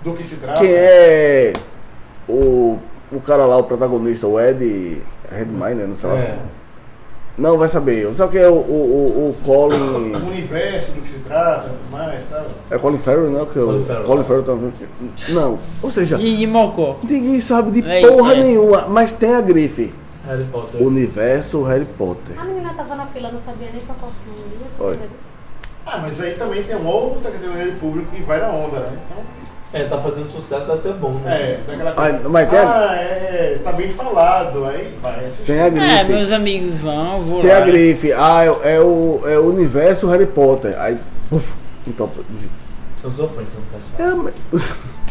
Speaker 8: Do que se trata?
Speaker 10: Ah.
Speaker 3: quem é o, o cara lá, o protagonista, o Ed Redminer, não sei
Speaker 8: Então,
Speaker 3: lá.
Speaker 10: É.
Speaker 3: Não, vai saber. Sabe quem é o, o, o, o Colin.
Speaker 10: (coughs)
Speaker 8: O universo, do que se trata, tudo mais, tal.
Speaker 3: É Colin Farrell, né? Que eu-
Speaker 10: Colin Farrell.
Speaker 3: Colin Farrell também. Não. Ou seja,
Speaker 9: E de mocô.
Speaker 3: ninguém sabe de
Speaker 9: É isso,
Speaker 3: porra
Speaker 9: é.
Speaker 3: nenhuma, mas tem a grife.
Speaker 10: Harry Potter.
Speaker 3: Universo Harry Potter.
Speaker 4: A menina tava na fila, não sabia nem pra qual filme. ia.
Speaker 3: Oi.
Speaker 8: Ah, mas aí também tem uma outra categoria de público que vai na onda, né? Então,
Speaker 10: É, tá fazendo sucesso, vai ser bom,
Speaker 8: é,
Speaker 10: né?
Speaker 8: daquela
Speaker 3: Ah, mas tem a-
Speaker 8: Ah, é, tá bem falado, aí vai assistir.
Speaker 3: Tem a
Speaker 9: É,
Speaker 3: grife.
Speaker 9: meus amigos vão, eu vou
Speaker 3: tem a
Speaker 9: lá.
Speaker 3: grife. Ah, é, é o, é o universo Harry Potter. Aí. Uf, então.
Speaker 10: Eu sou fã, então, pessoal.
Speaker 3: É, mas- (laughs)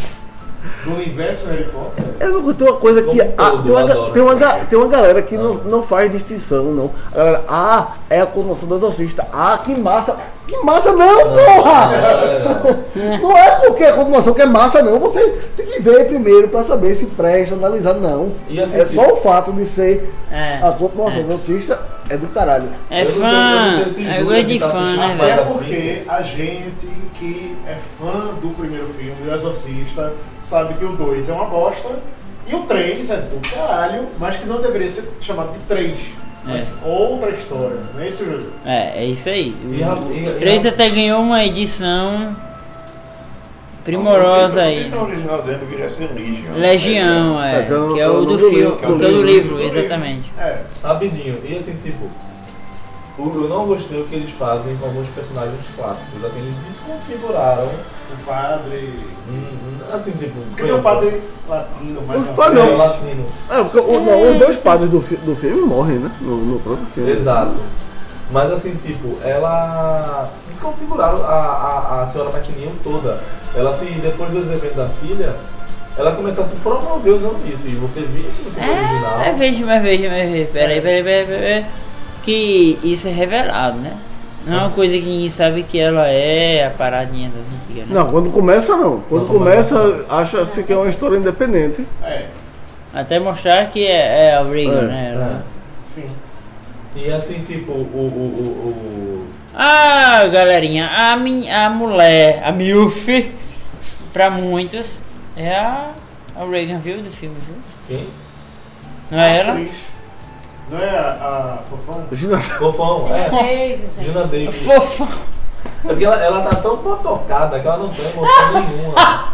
Speaker 8: Do universo Harry Potter.
Speaker 3: É uma- tem uma coisa que.
Speaker 10: Como um
Speaker 3: ah,
Speaker 10: todo,
Speaker 3: tem, uma,
Speaker 10: eu
Speaker 3: ga-
Speaker 10: adoro.
Speaker 3: tem, uma, ga- tem uma galera que não, não faz distinção, não. A galera, ah, é a conotação do exorcista. Ah, que massa. Que massa não, porra! Não é porque é a continuação que é massa, não. Você tem que ver primeiro pra saber se presta, analisar, não.
Speaker 10: E assim,
Speaker 3: é
Speaker 10: tipo-
Speaker 3: só o fato de ser
Speaker 9: É,
Speaker 3: a continuação do exorcista é do caralho.
Speaker 9: É
Speaker 10: Eu não sei- eu não sei
Speaker 9: fã.
Speaker 10: se
Speaker 9: É
Speaker 10: Júlia
Speaker 9: gosto
Speaker 10: que
Speaker 9: de
Speaker 10: tá
Speaker 9: fã,
Speaker 10: assistindo
Speaker 9: né,
Speaker 10: a
Speaker 9: velho?
Speaker 10: Mas
Speaker 8: É
Speaker 10: assim-
Speaker 8: porque a gente que é fã do primeiro filme, do Exorcista, sabe que o 2 é uma bosta e o 3 é do caralho, mas que não deveria ser chamado de 3. Mas outra história, não é isso, Júlio?
Speaker 9: É, é isso aí.
Speaker 10: E a- e a-
Speaker 9: O 3 até ganhou uma edição primorosa
Speaker 12: O
Speaker 9: aí.
Speaker 12: título original dele deveria ser
Speaker 8: um né?
Speaker 12: Legion.
Speaker 9: Legião, é.
Speaker 3: É, que eu-
Speaker 9: Que é
Speaker 3: eu
Speaker 9: o
Speaker 3: não
Speaker 9: do
Speaker 3: vi,
Speaker 9: filme,
Speaker 3: que eu
Speaker 9: que é o do
Speaker 3: li.
Speaker 9: livro, exatamente.
Speaker 8: É,
Speaker 10: Rapidinho. E assim, tipo, O Bruno não gostou do que eles fazem com alguns personagens clássicos. Assim, eles desconfiguraram.
Speaker 8: O padre.
Speaker 10: assim, tipo.
Speaker 8: Porque tem um padre latino, mas.
Speaker 3: Os padres.
Speaker 10: É, latino.
Speaker 3: É, porque o- não, os dois padres do, fi- do filme morrem, né? No, no próprio filme.
Speaker 10: Exato. Mas assim, tipo, ela. Desconfiguraram a, a, a senhora McNeil toda. Ela se. Depois dos eventos da filha, ela começou a se promover usando isso. E você viu isso no original.
Speaker 9: É, veja, mas veja, mas veja. Peraí, peraí, peraí, peraí. Que isso é revelado, né? Não é uma coisa que ninguém sabe que ela é a paradinha das antigas, né?
Speaker 3: Não, quando começa não. Quando começa, acha-se que é uma história independente.
Speaker 9: Até mostrar que é, é a Regan,
Speaker 3: É,
Speaker 9: né? Ela-
Speaker 8: Sim.
Speaker 10: E assim, tipo, o. o, o, o-
Speaker 9: Ah, galerinha, a, min, a mulher, a MILF, pra muitos, é a, a Reagan, viu, do filme, viu?
Speaker 10: Quem?
Speaker 9: Não é ela?
Speaker 8: Não é a, a fofão?
Speaker 10: Fofão,
Speaker 9: (laughs)
Speaker 10: é.
Speaker 4: Davis, gente.
Speaker 10: Gina Davis.
Speaker 9: Fofão.
Speaker 10: É porque ela, ela tá tão potocada que ela não tem emoção nenhuma.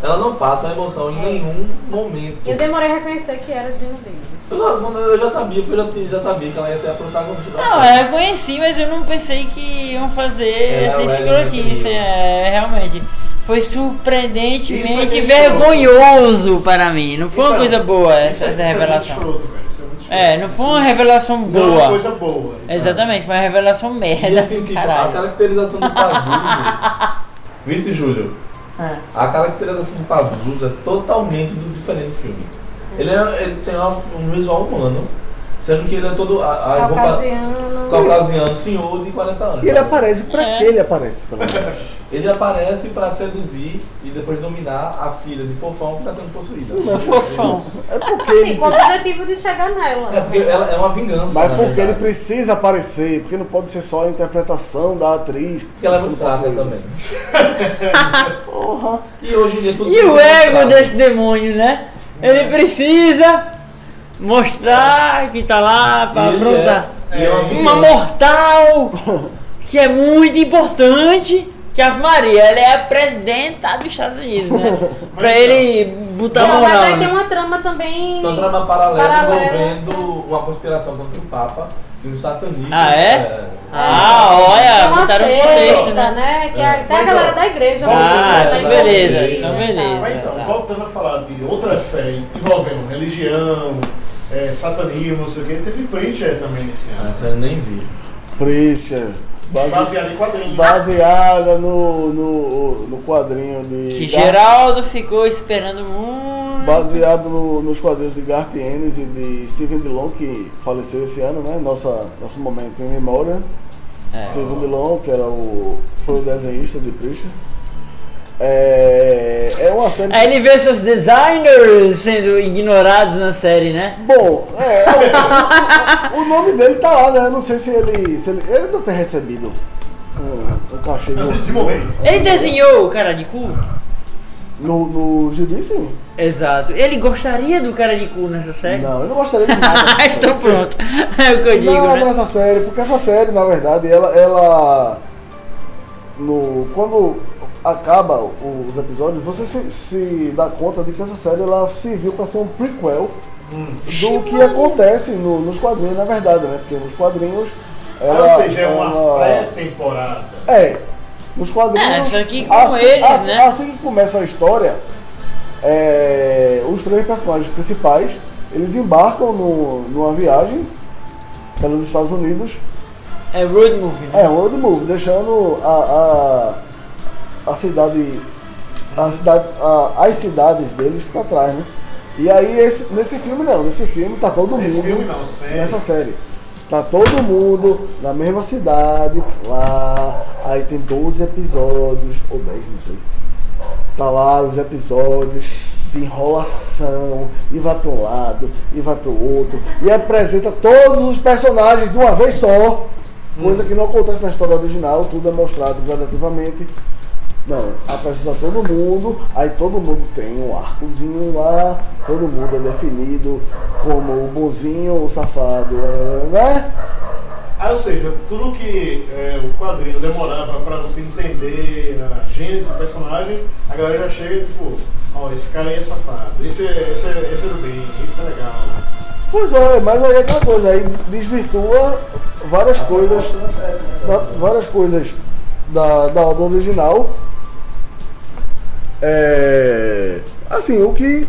Speaker 10: Ela não passa emoção
Speaker 8: É.
Speaker 10: em nenhum momento.
Speaker 4: Eu demorei a reconhecer que era Gina Davis.
Speaker 10: Eu, já- eu já sabia, porque eu já, tinha- já sabia que ela ia ser a protagonista. da
Speaker 9: Não, é,
Speaker 10: série.
Speaker 9: eu conheci, mas eu não pensei que iam fazer
Speaker 8: É,
Speaker 9: essa
Speaker 10: Ela era
Speaker 9: escrotice.
Speaker 10: incrível.
Speaker 9: É, realmente. Foi
Speaker 8: Isso é
Speaker 9: surpreendentemente
Speaker 8: muito
Speaker 9: vergonhoso para mim. Não é, foi uma
Speaker 8: Então,
Speaker 9: coisa boa essa,
Speaker 8: isso é-
Speaker 9: essa
Speaker 8: isso é muito
Speaker 9: revelação.
Speaker 8: escroto, velho, isso é muito escroto.
Speaker 9: É, não foi uma revelação
Speaker 8: Não é uma
Speaker 9: boa.
Speaker 8: coisa boa, isso é.
Speaker 9: Exatamente, foi uma revelação
Speaker 10: E
Speaker 9: merda.
Speaker 10: assim, tipo, a
Speaker 9: caralho.
Speaker 10: caracterização
Speaker 9: (laughs)
Speaker 10: do Pazuzu. Vice Júlio.
Speaker 9: Ah.
Speaker 10: A caracterização do Pazuzu é totalmente do- diferente do filme. Ele, é- ele tem uma- um visual humano, sendo que ele é todo. A, a roupa-
Speaker 4: Caucasiano.
Speaker 10: caucasiano, senhor de 40 anos.
Speaker 3: E ele aparece, pra que ele aparece? Pelo
Speaker 10: Ele aparece pra seduzir e depois dominar a filha de Fofão que tá sendo possuída.
Speaker 3: É porque
Speaker 4: Sim,
Speaker 3: ele,
Speaker 4: com o objetivo de chegar nela.
Speaker 10: É porque ela é uma
Speaker 3: mas
Speaker 10: vingança, na
Speaker 3: porque ele
Speaker 10: verdade.
Speaker 3: precisa aparecer, porque não pode ser só a interpretação da atriz. tá
Speaker 10: Porque ela é muito fraca também.
Speaker 3: (laughs) Porra.
Speaker 10: E hoje em dia tudo
Speaker 9: E
Speaker 10: isso
Speaker 9: o
Speaker 10: é
Speaker 9: ego
Speaker 10: mostrado.
Speaker 9: desse demônio, né?
Speaker 8: É.
Speaker 9: Ele precisa mostrar que tá lá pra
Speaker 10: Ele
Speaker 9: aprontar.
Speaker 10: é- ele é uma
Speaker 9: uma
Speaker 10: vingança.
Speaker 9: mortal que é muito importante. Que a Maria, ela é a presidenta dos Estados Unidos, né? pra ele botar
Speaker 4: Não, mas
Speaker 9: moral.
Speaker 4: aí tem
Speaker 9: né?
Speaker 4: uma trama também.
Speaker 10: Tem uma trama é paralela,
Speaker 4: Paralela.
Speaker 10: envolvendo uma conspiração contra o Papa e os satanistas.
Speaker 9: Ah, é?
Speaker 10: é.
Speaker 9: Ah,
Speaker 4: É
Speaker 9: olha,
Speaker 4: uma
Speaker 9: botaram o
Speaker 4: seita,
Speaker 9: contexto,
Speaker 4: né?
Speaker 9: né?
Speaker 4: Que é até a
Speaker 8: Mas,
Speaker 4: galera
Speaker 8: ó,
Speaker 4: da igreja.
Speaker 8: volta-
Speaker 9: Ah,
Speaker 4: tá
Speaker 9: então beleza,
Speaker 4: envolvida
Speaker 9: então
Speaker 4: e tal.
Speaker 9: beleza.
Speaker 8: Mas então,
Speaker 9: tá.
Speaker 8: voltando a falar de outra série envolvendo religião, é, satanismo, não sei o que, teve Preacher também nesse ano.
Speaker 10: Essa eu nem vi.
Speaker 3: Preacher. Base-
Speaker 8: Baseado em quadrinhos.
Speaker 3: Baseada no, no, no quadrinho de.
Speaker 9: Que
Speaker 3: Gar-
Speaker 9: Geraldo ficou esperando muito.
Speaker 3: Baseado no- nos quadrinhos de Garth Ennis e de Stephen DeLong, que faleceu esse ano, né? Nossa, nosso momento em memória.
Speaker 9: É.
Speaker 3: Stephen DeLong, que era o, foi o desenhista de Preacher. É, é uma cena...
Speaker 9: Aí ele vê seus designers sendo ignorados na série, né?
Speaker 3: Bom, é, o, o- o nome dele tá lá, né? Eu não sei se ele... Se ele, ele deve ter recebido um, um cachê no,
Speaker 8: De momento.
Speaker 9: Ele desenhou o cara de cu?
Speaker 3: no, no gibi, sim.
Speaker 9: Exato. Ele gostaria do cara de cu nessa série?
Speaker 3: Não, eu não gostaria de
Speaker 9: (laughs)
Speaker 3: nada.
Speaker 9: Ah, então pronto. É o que eu digo,
Speaker 3: não,
Speaker 9: né?
Speaker 3: não essa série, porque essa série, na verdade, ela. ela no, quando acaba o- os episódios, você se, se dá conta de que essa série ela serviu para ser um prequel do que acontece no- nos quadrinhos, na verdade, né? Porque nos quadrinhos. Ela,
Speaker 8: Ou seja, é uma
Speaker 3: ela-
Speaker 8: pré-temporada.
Speaker 3: é. Nos quadrinhos.
Speaker 9: É, só que com
Speaker 3: assim,
Speaker 9: eles,
Speaker 3: assim-
Speaker 9: né?
Speaker 3: assim que começa a história, é, os três personagens principais, eles embarcam no- numa viagem pelos Estados Unidos.
Speaker 9: É road movie, né?
Speaker 3: É, um road movie, deixando a, a, a cidade. A cidade a- as cidades deles pra trás, né? E aí esse- nesse filme não, nesse filme tá todo mundo.
Speaker 8: Esse filme não, série.
Speaker 3: Nessa série. Tá todo mundo na mesma cidade, lá. Aí tem 12 episódios, ou 10, não sei. Tá lá os episódios de enrolação, e vai pra um lado, e vai pro outro, e apresenta todos os personagens de uma vez só. Coisa
Speaker 8: Hum.
Speaker 3: que não acontece na história original, tudo é mostrado gradativamente. Não, apresenta todo mundo, aí todo mundo tem um arcozinho lá, todo mundo é definido como o bonzinho, o safado, né?
Speaker 8: Ah, ou seja, tudo que é, o quadrinho demorava pra você entender a gênese do personagem, a galera já chega e tipo, ó, esse cara aí é safado, esse, é- esse, é- esse é do bem, esse é legal.
Speaker 3: Pois é, mas aí é aquela coisa, aí desvirtua várias coisas. da- várias coisas da, da obra original. É, assim, o que.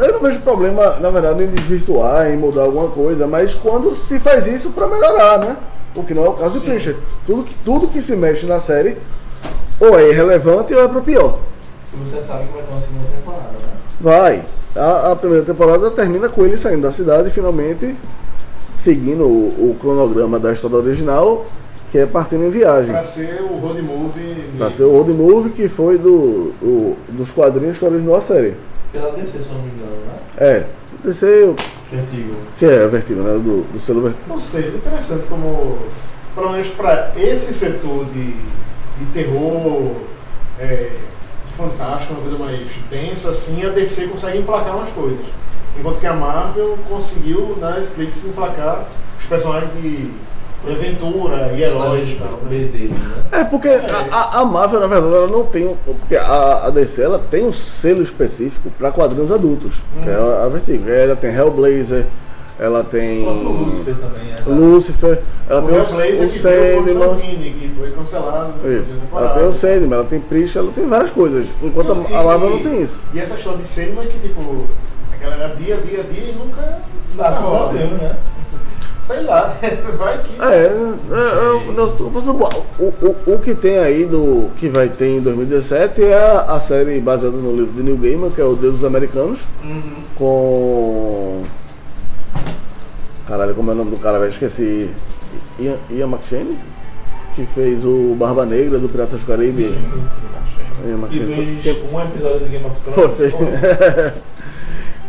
Speaker 3: Eu não vejo problema, na verdade, em desvirtuar, em mudar alguma coisa, mas quando se faz isso pra melhorar, né? O que não é o caso de Preacher. Tudo que, tudo que se mexe na série ou é irrelevante ou é pro pior.
Speaker 10: E você sabe é que vai ter uma segunda temporada, né?
Speaker 3: Vai. A, a primeira temporada termina com ele saindo da cidade, finalmente seguindo o, o cronograma da história original, que é partindo em viagem.
Speaker 8: Pra ser o road movie.
Speaker 3: Pra ser o road movie que foi do, o- dos quadrinhos que originou a série.
Speaker 10: Pela DC, se eu não me engano, né?
Speaker 3: É, desceu.
Speaker 10: Vertigo.
Speaker 3: Que é Vertigo, né? Do, do selo Vertigo.
Speaker 8: Não sei, interessante como, pelo menos para esse setor de, de terror, é, fantástico, uma coisa mais densa, assim, a DC consegue emplacar umas coisas. Enquanto que a Marvel conseguiu na Netflix emplacar os personagens de aventura e heróis e tal. né?
Speaker 3: É porque a- a, a Marvel, na verdade, ela não tem. um- Porque a, a DC ela tem um selo específico pra quadrinhos adultos, que é a, a Vertigo. Ela tem Hellblazer, ela tem.
Speaker 10: Lúcifer também, é.
Speaker 3: Lúcifer, ela
Speaker 8: o
Speaker 3: tem o,
Speaker 8: Hellblazer
Speaker 3: o
Speaker 8: que veio com
Speaker 3: Sandman.
Speaker 8: Constantine, que foi cancelado né? na
Speaker 3: Isso.
Speaker 8: primeira
Speaker 3: Ela
Speaker 8: temporada.
Speaker 3: tem o Sandman, ela tem Preach, ela tem várias coisas. Enquanto a, a Marvel não tem isso.
Speaker 8: E essa história de Sandman que, tipo, a galera dia, dia, dia e nunca...
Speaker 10: Mas
Speaker 8: nunca rola.
Speaker 10: fodeu, né?
Speaker 8: Sei lá, (laughs) vai que...
Speaker 3: É, é, é, não, tô- mas o, o, o que tem aí do que vai ter em 2017 é a, a série baseada no livro de Neil Gaiman, que é o Deus dos Americanos,
Speaker 8: Uhum.
Speaker 3: com caralho, como é o nome do cara, velho? Esqueci. Ian, Ian McShane, que fez o Barba Negra do Piratas do Caribe.
Speaker 10: Sim, sim, sim.
Speaker 3: Ian
Speaker 10: E
Speaker 3: McShane foi-
Speaker 10: fez um episódio de Game of
Speaker 3: Foi
Speaker 10: Thrones.
Speaker 3: feito. (laughs)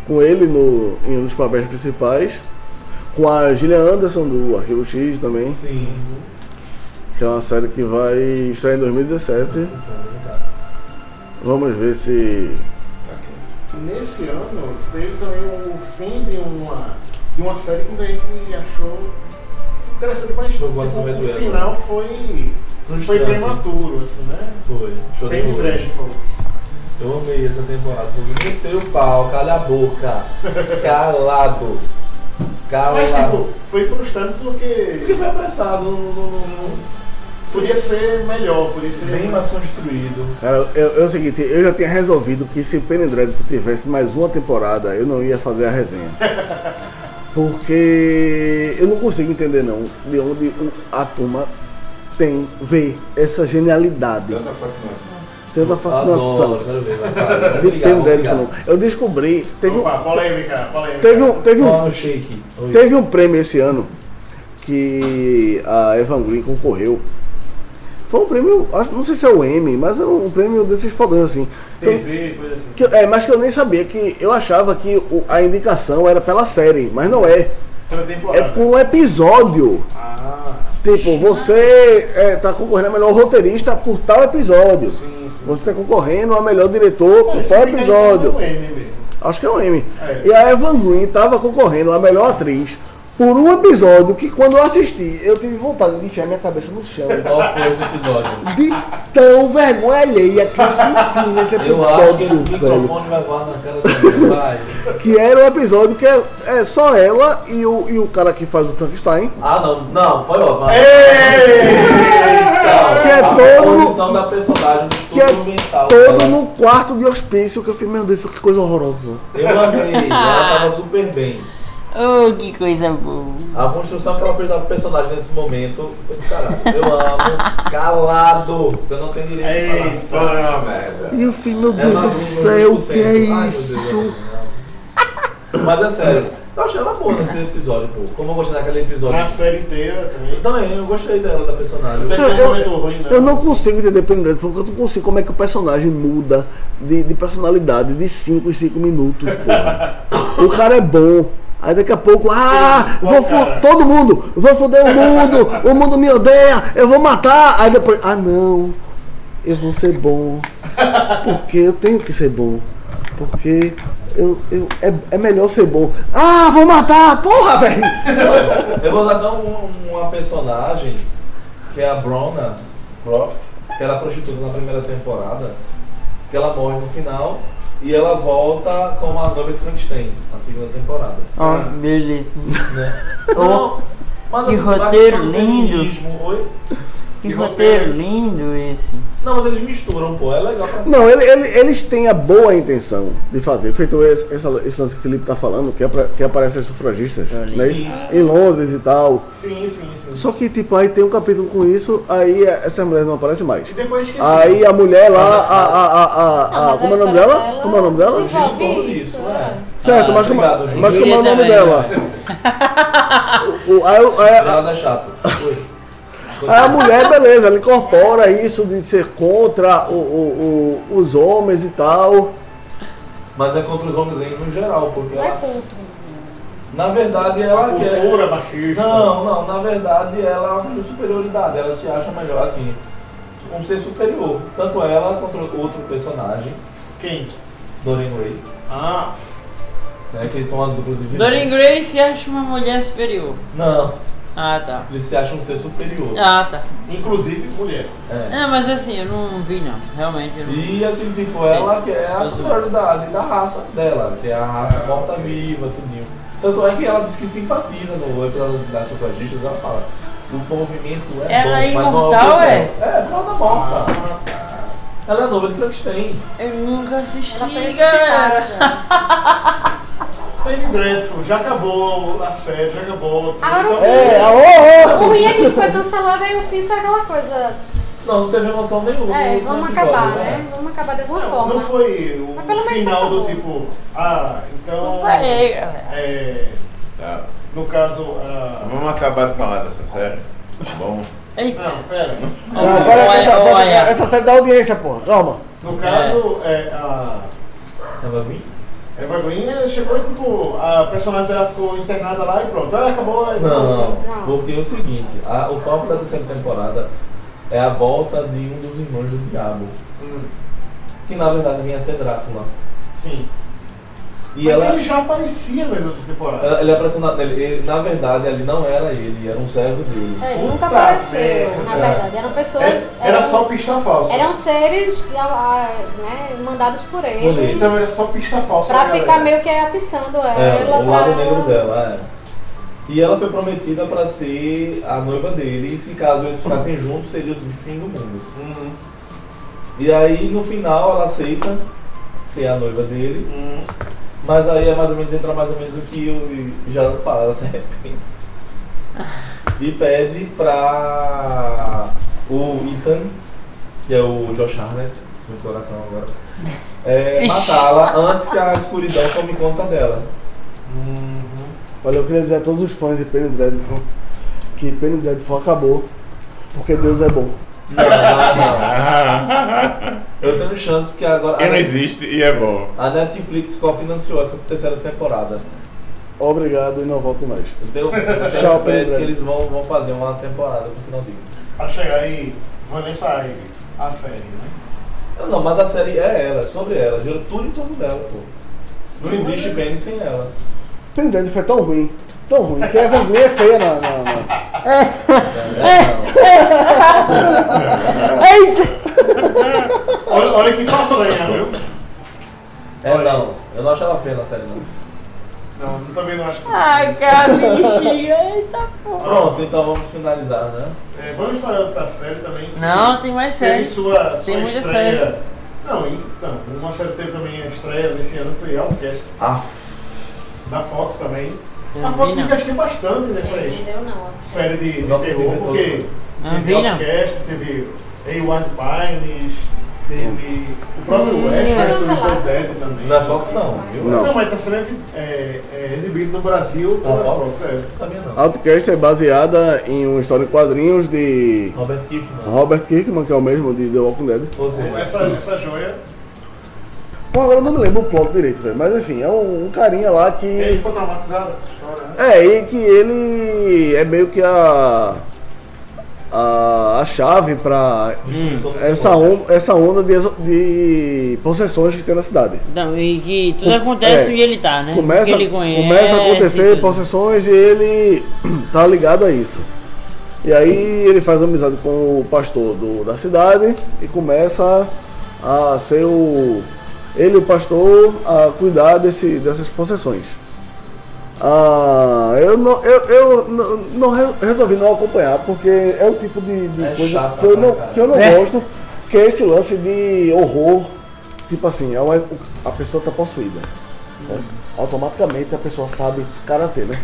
Speaker 3: com ele no, em um dos papéis principais. Com a Gillian Anderson do Arquivo X também.
Speaker 10: Sim.
Speaker 3: Que é uma série que vai estrear em 2017. Vamos ver se.
Speaker 8: Nesse ano teve também o fim de uma, de uma série que muita gente achou interessante, mas tipo,
Speaker 10: gosto também
Speaker 8: o
Speaker 10: do Elo.
Speaker 8: final foi, foi
Speaker 10: Frustrante.
Speaker 8: prematuro, assim, né?
Speaker 10: Foi. Show de
Speaker 8: Bem
Speaker 10: horror.
Speaker 8: dreadful.
Speaker 10: Eu amei essa temporada. Você meteu o pau, cala a boca. Calado.
Speaker 8: Mas
Speaker 10: Calado.
Speaker 8: tipo, foi frustrante porque.
Speaker 10: Porque foi apressado, não, não- não- não-
Speaker 8: Podia ser melhor, podia ser.
Speaker 10: bem mais construído.
Speaker 3: Cara, eu, é o seguinte, eu já tinha resolvido que se Penny Dreadful tivesse mais uma temporada, eu não ia fazer a resenha. (laughs) Porque eu não consigo entender não de onde o- a turma tem, vê essa genialidade.
Speaker 12: Tanta fascinação.
Speaker 3: Tanta fascinação.
Speaker 10: Adoro, quero ver, vai, vai.
Speaker 3: De
Speaker 10: Obrigado,
Speaker 3: Penny Dreadful
Speaker 10: obrigado.
Speaker 3: não. Eu descobri. Teve
Speaker 8: Opa,
Speaker 3: um,
Speaker 8: polêmica, polêmica.
Speaker 3: Teve um, teve
Speaker 10: Só
Speaker 3: um,
Speaker 10: no shake. Oi.
Speaker 3: teve um prêmio esse ano que a Evan Green concorreu. Foi um prêmio, acho- não sei se é o M, mas era um prêmio desses fodões assim. Que eu-
Speaker 8: TV, coisa assim.
Speaker 3: que eu- é, mas que eu nem sabia que eu achava que o- a indicação era pela série, mas não é.
Speaker 8: Era
Speaker 3: É
Speaker 8: temporada.
Speaker 3: por um episódio.
Speaker 8: Ah,
Speaker 3: Tipo, você é, tá concorrendo a melhor roteirista por tal episódio.
Speaker 8: sim, sim.
Speaker 3: Você tá concorrendo a melhor diretor por
Speaker 8: Esse
Speaker 3: tal
Speaker 8: fica aí como
Speaker 3: É episódio.
Speaker 8: um M mesmo.
Speaker 3: Acho que é um M.
Speaker 8: É.
Speaker 3: E a Evan Green tava concorrendo a melhor atriz por um episódio que quando eu assisti, eu tive vontade de enfiar minha cabeça no chão.
Speaker 10: Qual foi esse episódio?
Speaker 3: De tão vergonha alheia que eu senti nesse
Speaker 10: Eu acho que
Speaker 3: episódio,
Speaker 10: esse
Speaker 3: velho.
Speaker 10: microfone vai voar na cara dele. Vai.
Speaker 3: Que era um episódio que é, é só ela e o, e o cara que faz o Frankenstein.
Speaker 10: Ah, não. Não, foi ótimo.
Speaker 8: É,
Speaker 3: Que é
Speaker 10: a
Speaker 3: todo no-
Speaker 10: posição da personagem, do
Speaker 3: Que é
Speaker 10: estudo mental.
Speaker 3: todo
Speaker 10: dela.
Speaker 3: num quarto de hospício que eu fiz, meu Deus, que coisa horrorosa.
Speaker 10: Eu amei, ela tava super bem.
Speaker 9: Oh, que coisa boa.
Speaker 10: A construção que ela fez da personagem nesse momento foi do caralho. Eu amo. Calado. Você não tem direito de
Speaker 8: Eita,
Speaker 10: falar.
Speaker 8: uma merda.
Speaker 3: E eu fiz, meu
Speaker 10: Ela
Speaker 3: Deus do
Speaker 10: não
Speaker 3: céu, o
Speaker 10: discute
Speaker 3: que é
Speaker 10: sempre. Ai, meu Deus,
Speaker 3: isso?
Speaker 10: não. Mas é sério, eu achei ela boa nesse episódio, pô. Como eu gostei daquele episódio.
Speaker 8: Na série inteira também.
Speaker 10: Eu também, eu gostei dela, da personagem.
Speaker 8: Tem
Speaker 3: Eu,
Speaker 8: um momento ruim, né?
Speaker 3: eu- eu não consigo entender Penny Dreadful, porque eu não consigo como é que o personagem muda de, de personalidade de 5 em 5 minutos, porra. o cara é bom. Aí daqui a pouco, ah,
Speaker 8: Qual
Speaker 3: vou fu-
Speaker 8: cara?
Speaker 3: todo mundo, vou foder o mundo, o mundo me odeia, eu vou matar. Aí depois, ah não, eu vou ser bom, porque eu tenho que ser bom, porque eu, eu, é, é melhor ser bom. Ah, vou matar, porra, velho.
Speaker 10: Eu vou dar até um- uma personagem, que é a Brona é Croft, que era prostituta na primeira temporada, que ela morre no final, E ela volta como a noiva de Frankenstein, na segunda temporada.
Speaker 9: Ó, Oh, beleza. Oh,
Speaker 10: Não,
Speaker 9: Ó,
Speaker 10: mas
Speaker 9: que
Speaker 10: assim, eu acho
Speaker 9: roteiro
Speaker 10: que só no
Speaker 9: lindo.
Speaker 10: feminismo, Oi?
Speaker 9: Que roteiro lindo esse.
Speaker 10: Não, mas eles misturam, pô, é legal pra
Speaker 3: Não, ele- ele- eles têm a boa intenção de fazer. Feito esse, essa- esse lance que o Felipe tá falando, que, apra- que aparecem as sufragistas né?
Speaker 8: Sim.
Speaker 3: em Londres e tal.
Speaker 8: Sim, sim, sim.
Speaker 3: Só que, tipo, aí tem um capítulo com isso, aí é, essa mulher não aparece mais.
Speaker 8: depois esqueci.
Speaker 3: Aí a mulher lá, a. a, a, a- a- como é o nome dela? Como é o nome dela?
Speaker 10: isso, né?
Speaker 3: Certo, mas, como,
Speaker 10: obrigado, Ju.
Speaker 3: mas como é o nome
Speaker 10: Julieta
Speaker 3: dela? O- o- aí o- aí a-
Speaker 10: Ela é chata.
Speaker 3: Aí a mulher, beleza, ela incorpora isso de ser contra o- o- o- os homens e tal.
Speaker 10: Mas é contra os homens aí no geral, porque
Speaker 4: Não é
Speaker 10: ela,
Speaker 4: culto.
Speaker 10: na verdade ela
Speaker 8: A
Speaker 10: quer.
Speaker 8: é cultura machista.
Speaker 10: Não, não, na verdade ela é de superioridade, ela se acha melhor, assim, um ser superior. Tanto ela quanto outro personagem,
Speaker 8: Quem?
Speaker 10: Dorian Gray,
Speaker 8: Ah,
Speaker 10: né? Que eles são uma dupla de vilões.
Speaker 9: Dorian Gray se acha uma mulher superior.
Speaker 10: Não,
Speaker 9: Ah, tá.
Speaker 10: eles se acham um ser superior.
Speaker 9: Ah, tá.
Speaker 8: inclusive mulher.
Speaker 10: É.
Speaker 9: É, mas assim, eu não vi não. Realmente eu não vi.
Speaker 10: E assim, tipo, ela que é a superioridade da raça dela, que é a raça morta-viva, tudinho. Tanto é que ela diz que simpatiza no episódio das sufragistas, ela fala, o movimento é
Speaker 9: Ela é
Speaker 10: bom, mas não
Speaker 9: imortal,
Speaker 10: o que
Speaker 9: é?
Speaker 10: bom." É, porque ela tá morta. Ela é nova de Frankenstein.
Speaker 9: Eu nunca assisti,
Speaker 4: Ela foi
Speaker 9: galera.
Speaker 4: ressuscitada, cara.
Speaker 8: Penny Dreadful, já acabou a série, já acabou. tudo.
Speaker 4: Agora o
Speaker 8: Então,
Speaker 4: fim.
Speaker 3: É, a- ô, ô,
Speaker 4: O ruim é que foi cancelado e o fim foi aquela coisa.
Speaker 10: Não, não teve emoção nenhuma.
Speaker 4: É,
Speaker 10: no
Speaker 4: vamos
Speaker 10: episódio,
Speaker 4: acabar, né? Vamos acabar de alguma
Speaker 8: Não,
Speaker 4: forma.
Speaker 8: não foi o
Speaker 4: Mas pelo menos
Speaker 8: final do
Speaker 4: acabou.
Speaker 8: tipo, ah, então.
Speaker 9: Aí, galera.
Speaker 8: É,
Speaker 12: Tá.
Speaker 8: no caso, ah,
Speaker 12: Vamos acabar de falar dessa série. Tá bom?
Speaker 9: Eita.
Speaker 8: não, pera.
Speaker 3: Não, Ah, agora
Speaker 9: Olha,
Speaker 3: essa,
Speaker 9: olha.
Speaker 3: essa série da audiência, porra. Calma.
Speaker 8: No caso, é, a É,
Speaker 10: Ela vem?
Speaker 8: Eva Green ela chegou e tipo, a personagem dela ficou internada lá e pronto. Ah, acabou. aí,
Speaker 4: Não.
Speaker 10: Não, porque é o seguinte, a- o foco da terceira temporada é a volta de um dos irmãos do diabo,
Speaker 8: Hum,
Speaker 10: que na verdade vinha a ser Drácula.
Speaker 8: Sim.
Speaker 10: E
Speaker 8: Mas
Speaker 10: ela,
Speaker 8: ele já aparecia nas outras temporadas.
Speaker 10: Ela- Ele apareceu na, ele, ele- na verdade, ele não era ele, era um servo dele.
Speaker 4: É, ele nunca
Speaker 8: Puta
Speaker 4: apareceu,
Speaker 8: merda.
Speaker 4: na verdade. Eram pessoas.
Speaker 8: É, era
Speaker 4: eram-
Speaker 8: só pista falsa.
Speaker 4: Eram seres que, ah, ah, né, mandados por
Speaker 10: Por
Speaker 4: ele.
Speaker 10: ele.
Speaker 8: Então era só pista falsa.
Speaker 4: Pra
Speaker 8: galera.
Speaker 4: ficar meio que atiçando ela.
Speaker 10: É, o lado
Speaker 4: pra-
Speaker 10: negro dela, é. E ela foi prometida pra ser a noiva dele, e se caso eles ficassem juntos, seria o fim do mundo.
Speaker 8: Hum,
Speaker 10: Uhum. E aí, no final, ela aceita ser a noiva dele,
Speaker 12: Uhum.
Speaker 8: hum.
Speaker 10: mas aí é mais ou menos, entra mais ou menos o que o Geraldo fala,
Speaker 12: (laughs)
Speaker 10: ela se arrepende. E pede pra o Ethan, que é o Josh Harnett, meu coração agora,
Speaker 12: (laughs)
Speaker 10: é,
Speaker 9: Ixi.
Speaker 10: matá-la antes que a escuridão tome conta dela.
Speaker 3: Olha, eu queria dizer a todos os fãs de Penny Dreadful que Penny Dreadful acabou, porque Deus é bom.
Speaker 10: Não, não, não. (laughs) Eu tenho chance porque agora a,
Speaker 12: Ela
Speaker 10: Net-
Speaker 12: existe e é bom.
Speaker 10: a Netflix cofinanciou essa terceira temporada.
Speaker 3: Obrigado e não volto mais.
Speaker 10: Eu tenho, eu tenho
Speaker 3: Tchau,
Speaker 10: fé de
Speaker 3: Pedro.
Speaker 10: que eles vão, vão fazer uma temporada no finalzinho.
Speaker 8: Pra chegar aí, Vanessa Aires, a série, né?
Speaker 10: Não, não, mas a série é ela, é sobre ela, gira tudo em torno dela, pô. Não existe Penny sem ela.
Speaker 3: Penny Dreadful é tão ruim, tão ruim, que a vergonha é feia na. na- na-
Speaker 8: É.
Speaker 3: É.
Speaker 9: Eita.
Speaker 8: Olha, olha que façanha, viu?
Speaker 10: É não, eu não acho ela feia na série não.
Speaker 8: Não, eu também não acho que.
Speaker 9: Ai, cara, bichinha. Eita porra.
Speaker 10: Pronto, então vamos finalizar, né?
Speaker 8: É, vamos falar outra série também.
Speaker 10: Oh.
Speaker 8: que
Speaker 9: Não, tem mais
Speaker 8: Teve
Speaker 9: séries.
Speaker 8: sua, sua
Speaker 9: Tem muita
Speaker 8: estreia.
Speaker 9: série.
Speaker 8: Não, então, uma série teve também a estreia nesse ano, foi Outcast,
Speaker 10: Ah,
Speaker 8: da Fox também.
Speaker 9: Eu
Speaker 8: a
Speaker 10: Tá
Speaker 9: vi,
Speaker 8: Fox
Speaker 9: não.
Speaker 8: investiu bastante nessa
Speaker 4: Entendeu? Não.
Speaker 8: série de, de
Speaker 10: Não,
Speaker 8: terror,
Speaker 10: não.
Speaker 8: porque
Speaker 9: Não
Speaker 8: teve
Speaker 9: vi,
Speaker 10: é
Speaker 9: não.
Speaker 8: Outcast, teve A Wild Pines, teve o próprio
Speaker 9: Hum.
Speaker 8: West,
Speaker 4: Foi
Speaker 8: West
Speaker 4: cancelado.
Speaker 8: Dead também.
Speaker 10: na Fox não, viu?
Speaker 3: Não.
Speaker 8: mas está sendo é, é, exibido no Brasil
Speaker 10: Na
Speaker 8: pela
Speaker 10: Fox?
Speaker 8: Fox.
Speaker 10: Não
Speaker 8: é.
Speaker 10: sabia não.
Speaker 3: Outcast é baseada em uma história em quadrinhos de
Speaker 10: Robert Kirkman.
Speaker 3: Robert Kirkman, que é o mesmo de The Walking Dead.
Speaker 10: Ou seja,
Speaker 8: Essa, essa joia,
Speaker 3: Bom, agora eu não me lembro o plot direito, velho, mas enfim, é um, um carinha lá
Speaker 8: ele
Speaker 10: É,
Speaker 3: que.
Speaker 8: ficou traumatizado com essa história, né?
Speaker 3: É, e que ele é meio que a. A, a chave pra
Speaker 10: destruição do
Speaker 3: essa,
Speaker 10: corpo.
Speaker 3: on- essa onda de, exo- de possessões que tem na cidade.
Speaker 9: Não, e que tudo
Speaker 3: Com-
Speaker 9: acontece
Speaker 3: é.
Speaker 9: onde ele tá, né?
Speaker 3: Começa,
Speaker 9: Que ele conhece, tipo,
Speaker 3: começa a acontecer
Speaker 9: tudo.
Speaker 3: possessões e ele (clears throat) tá ligado a isso. E aí ele faz amizade com o pastor do- da cidade e começa a ser o, ele, o pastor, a cuidar desse, dessas possessões. Ah, eu não, eu, eu não, não re- resolvi não acompanhar, porque é o tipo de, de coisa
Speaker 10: chato
Speaker 3: que eu
Speaker 10: pra
Speaker 3: não,
Speaker 10: caralho.
Speaker 3: que eu não
Speaker 10: É.
Speaker 3: gosto, que é esse lance de horror, tipo assim, é uma- a pessoa tá possuída. né? Automaticamente a pessoa sabe karatê, né?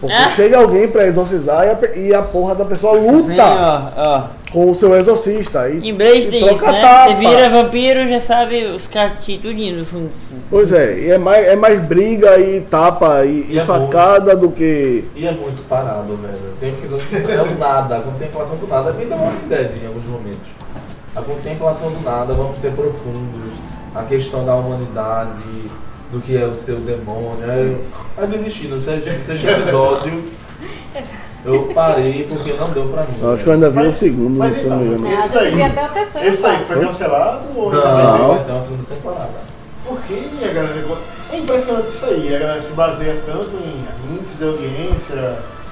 Speaker 3: Porque
Speaker 9: É.
Speaker 3: chega alguém pra exorcizar e a, pe- e a porra da pessoa luta com o seu exorcista. E,
Speaker 9: né, Em
Speaker 3: tá.
Speaker 9: inglês
Speaker 3: e
Speaker 9: tem
Speaker 3: troca
Speaker 9: isso, né?
Speaker 3: tapa.
Speaker 9: Você vira vampiro, já sabe os caquinhos tudinho no fundo.
Speaker 3: Pois é, e é mais, é mais briga e tapa e, e
Speaker 10: E é
Speaker 3: facada do que.
Speaker 10: E é muito parado, velho. Tem que é o nada, a contemplação do nada. Vem da Walking Dead em alguns momentos. A contemplação do nada, vamos ser profundos. A questão da humanidade, do que é o seu demônio. É, é desistir, no sexto, sexto episódio. Eu parei porque não deu pra mim. né?
Speaker 3: Eu acho que eu ainda vi o segundo,
Speaker 10: mas então,
Speaker 3: se eu não me engano.
Speaker 4: Esse daí- vi até o terceiro
Speaker 8: esse daí foi
Speaker 3: Hã?
Speaker 8: cancelado ou
Speaker 10: Não, vai ter uma segunda temporada.
Speaker 8: Por que a galera. É impressionante isso aí, a galera se baseia tanto em índice de audiência,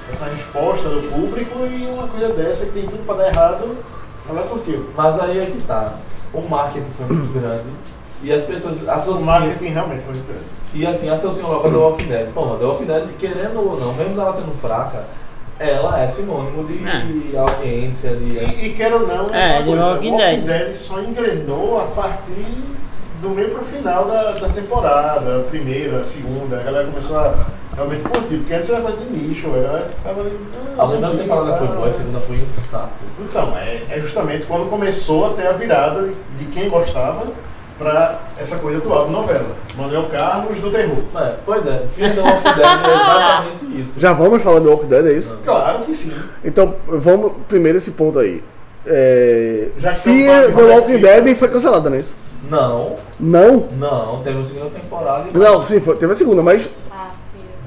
Speaker 8: essa resposta do público e uma coisa dessa que tem tudo pra dar errado, ela curtiu.
Speaker 10: Mas aí é que tá. O marketing foi muito grande. E as pessoas associam.
Speaker 8: O marketing realmente foi muito grande.
Speaker 10: E assim, associam logo a The Walking Dead. Porra, The Walking Dead, querendo ou não, mesmo ela sendo fraca, ela é sinônimo de,
Speaker 9: Ah.
Speaker 10: de audiência, de.
Speaker 8: E, e quero ou não,
Speaker 10: É,
Speaker 8: uma
Speaker 10: de
Speaker 8: coisa,
Speaker 10: Walking
Speaker 8: Walking Dead.
Speaker 10: Dead.
Speaker 8: só engrenou a partir do meio pro final da, da temporada, a primeira, a segunda, a galera começou a realmente curtir, porque antes era coisa de nicho, a galera tava ali. "Ah,
Speaker 10: A primeira temporada foi boa, a segunda foi um saco.
Speaker 8: tá." Então, é, é justamente quando começou até a virada de, de quem gostava pra essa coisa atual de novela. Manuel Carlos do Terror.
Speaker 10: pois é, filme The Walking Dead é exatamente isso.
Speaker 3: Já vamos falar do Walking Dead, é isso?
Speaker 8: Claro que sim.
Speaker 3: Então, vamos primeiro esse ponto aí. É,
Speaker 10: Já que
Speaker 3: Fear
Speaker 10: estamos
Speaker 3: The
Speaker 10: falando
Speaker 3: Walking Dead foi cancelada, não é isso?
Speaker 10: Não,
Speaker 3: Não?
Speaker 10: não, teve a segunda temporada e.
Speaker 3: Não, sim, foi, teve a segunda, mas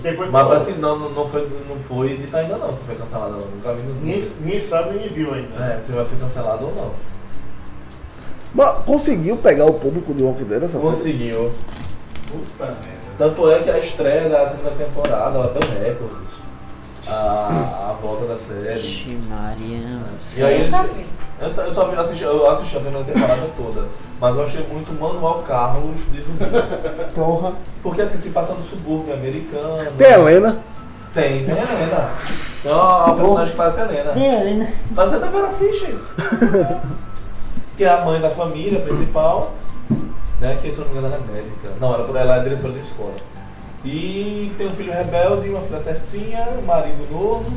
Speaker 8: Depois
Speaker 10: Mas parece que não, não, não foi, não foi editar ainda não, se foi cancelada ou não. Nunca vi nos
Speaker 8: Ninguém, ninguém sabe, ninguém viu ainda.
Speaker 10: É, se vai ser cancelado ou não.
Speaker 3: mas conseguiu pegar o público do Walking Dead essa série?
Speaker 10: Conseguiu. Tanto é que a estreia da segunda temporada bateu recordes. A, a volta da série. E aí eles, eu, só- eu só vi- assisti, eu assisti a primeira temporada toda, mas eu achei muito Manuel Carlos de zumbi.
Speaker 3: Porra.
Speaker 10: Porque assim, se passa no subúrbio americano.
Speaker 3: Tem a Helena.
Speaker 10: Tem, tem a Helena. Tem uma, uma personagem que parece a Helena.
Speaker 9: Tem a Helena.
Speaker 10: Mas é da Vera Fischer. que é a mãe da família principal, né? Que se eu não me engano ela é médica. Não, ela, ela é diretora da escola. E tem um filho rebelde, uma filha certinha, um marido novo.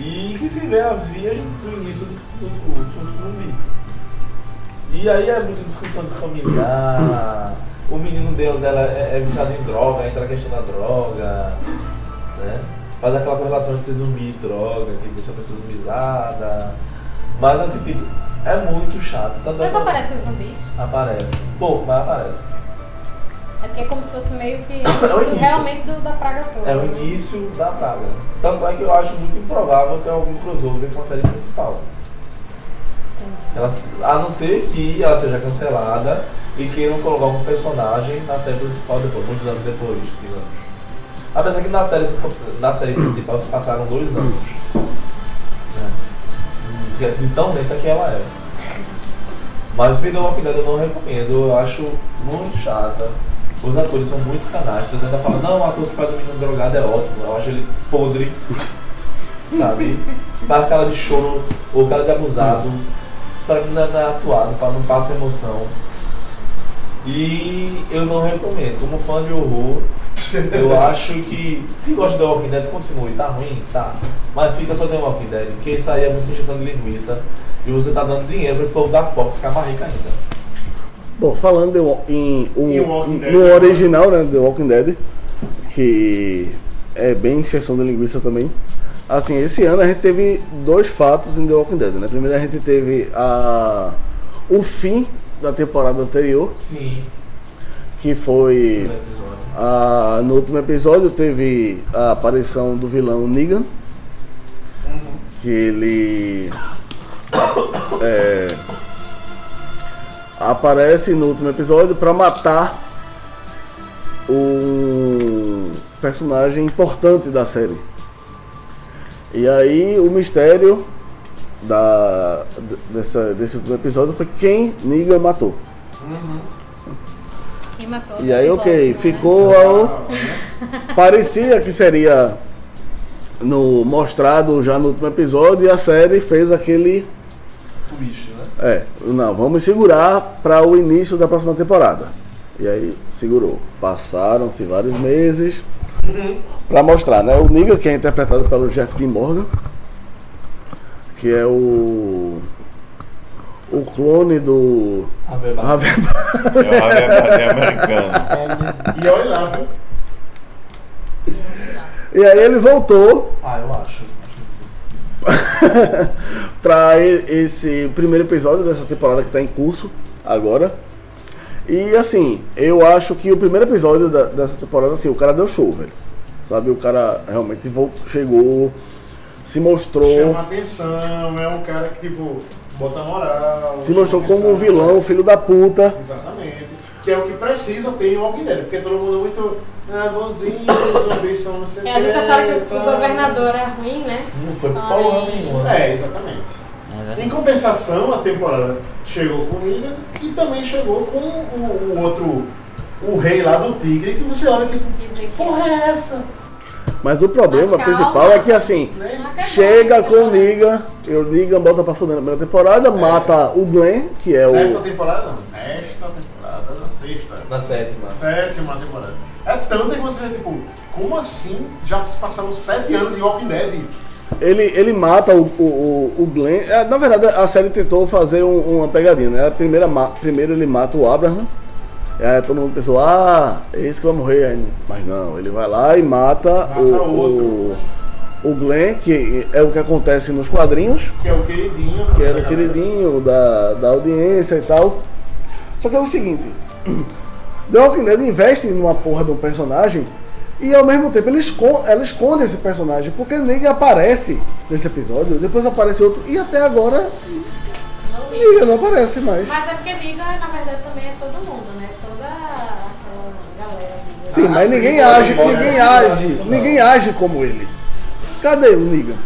Speaker 10: E que se vê as vias do início do, do, do, do zumbi. E aí é muita discussão de familiar. O menino dele dela é, é viciado em droga, entra a questão da droga, né? Faz aquela correlação entre zumbi e droga, que deixa a pessoa zumbizada. Mas assim, tipo, é muito chato. Tanto é
Speaker 4: Mas
Speaker 10: que-
Speaker 4: aparece os zumbis.
Speaker 10: Aparece. Pouco, mas aparece.
Speaker 4: É porque é como se fosse meio que.
Speaker 10: (coughs) É o início.
Speaker 4: realmente do- da praga toda.
Speaker 10: É o
Speaker 4: né?
Speaker 10: início da praga. Tanto é que eu acho muito improvável ter algum crossover com a série principal. Ela- a não ser que ela seja cancelada e queiram colocar um personagem na série principal depois, muitos anos depois, digamos. Apesar que na série, na série principal se passaram dois anos. Né? Porque é tão lenta que ela é. Mas Vida Walking Dead eu não recomendo, eu acho muito chata. Os atores são muito canastas, ainda falam, não, o ator que faz o menino drogado é ótimo, eu acho ele podre, sabe? Faz cara de choro, ou cara de abusado, pra mim não é não é atuado, pra não passa emoção. E eu não recomendo, como fã de horror, eu acho que se gosta da Walking Dead, continue, tá ruim, tá. Mas fica só The Walking Dead, porque isso aí é muita injeção de linguiça. E você tá dando dinheiro pra esse povo da Fox ficar mais rico ainda.
Speaker 3: Bom, falando de wa- em, um,
Speaker 10: Em Walking Dead.
Speaker 3: no original, né, The Walking Dead, que é bem exceção da linguiça também. Assim, esse ano a gente teve dois fatos em The Walking Dead, né? Primeiro a gente teve a o fim da temporada anterior.
Speaker 10: Sim.
Speaker 3: Que foi
Speaker 10: Né,
Speaker 3: a, Ah, no último episódio teve a aparição do vilão Negan, que ele (coughs) é, aparece no último episódio para matar um personagem importante da série. E aí o mistério da, d- dessa, desse último episódio foi quem Negan matou.
Speaker 4: E matou.
Speaker 3: E aí, ok,
Speaker 4: Volta, né?
Speaker 3: ficou ao. Parecia que seria no mostrado já no último episódio e a série fez aquele.
Speaker 8: Twist, né?
Speaker 3: É, não, vamos segurar para o início da próxima temporada. E aí, segurou. Passaram-se vários meses para mostrar, né? O Nigga, que é interpretado pelo Jeff Dean Morgan, que é o. O clone do.
Speaker 10: Javier Bardem.
Speaker 3: Javier
Speaker 10: É o Javier Bardem americano.
Speaker 8: E olha lá, viu?
Speaker 3: E aí ele voltou
Speaker 10: Ah, eu acho.
Speaker 3: para esse primeiro episódio dessa temporada que está em curso agora. E assim, eu acho que o primeiro episódio da- dessa temporada, assim, o cara deu show, velho. Sabe, o cara realmente voltou, chegou, se mostrou,
Speaker 8: Chama atenção, é um cara que, tipo, bota moral.
Speaker 3: se mostrou
Speaker 8: chama
Speaker 3: como um
Speaker 8: atenção.
Speaker 3: vilão, filho da puta.
Speaker 8: Exatamente. Que é o que precisa ter em Walking Dead, porque todo mundo é muito. Ah, bonzinho, os zumbis são não sei o
Speaker 4: É, a gente
Speaker 8: quê,
Speaker 4: achava que o
Speaker 8: tal.
Speaker 4: governador era ruim, né?
Speaker 10: Não foi
Speaker 4: Olha
Speaker 8: porra
Speaker 4: aí.
Speaker 8: nenhuma. Ah,
Speaker 10: né?
Speaker 8: É, exatamente. Em compensação, a temporada chegou com o Negan e também chegou com o, o outro, o rei lá do Tigre, que você olha tipo, que porra é essa?
Speaker 3: Mas o problema
Speaker 8: Mas calma.
Speaker 3: principal é que assim, chega com o Negan, e o Negan bota pra fuder na primeira temporada, mata o Glenn, que é o.
Speaker 8: Nesta temporada não, nesta temporada, na sexta.
Speaker 10: Na sétima.
Speaker 8: Sétima temporada. É tanta que você já, tipo, como assim já se passaram sete anos de Walking Dead?
Speaker 3: Ele, ele mata o, o, o- o Glenn. É, na verdade, a série tentou fazer um- uma pegadinha, né? A primeira, ma- primeiro ele mata o Abraham. E aí todo mundo pensou, ah, é esse que vai morrer. Aí, mas não, ele vai lá e mata, o, o, o Glenn, que é o que acontece nos quadrinhos.
Speaker 8: Que é o queridinho.
Speaker 3: Que era o queridinho da, da audiência e tal. Só que é o seguinte, (clears throat) The Walking Dead investe numa porra de um personagem e ao mesmo tempo ele esco- ela esconde esse personagem, porque ninguém aparece nesse episódio, depois aparece outro, e até agora ninguém não aparece mais.
Speaker 4: Mas é porque Liga, na verdade, também é todo mundo, né? Toda aquela galera assim, Liga.
Speaker 3: Sim, mas ninguém age, ninguém age, ninguém age como ele. Cadê o Negan?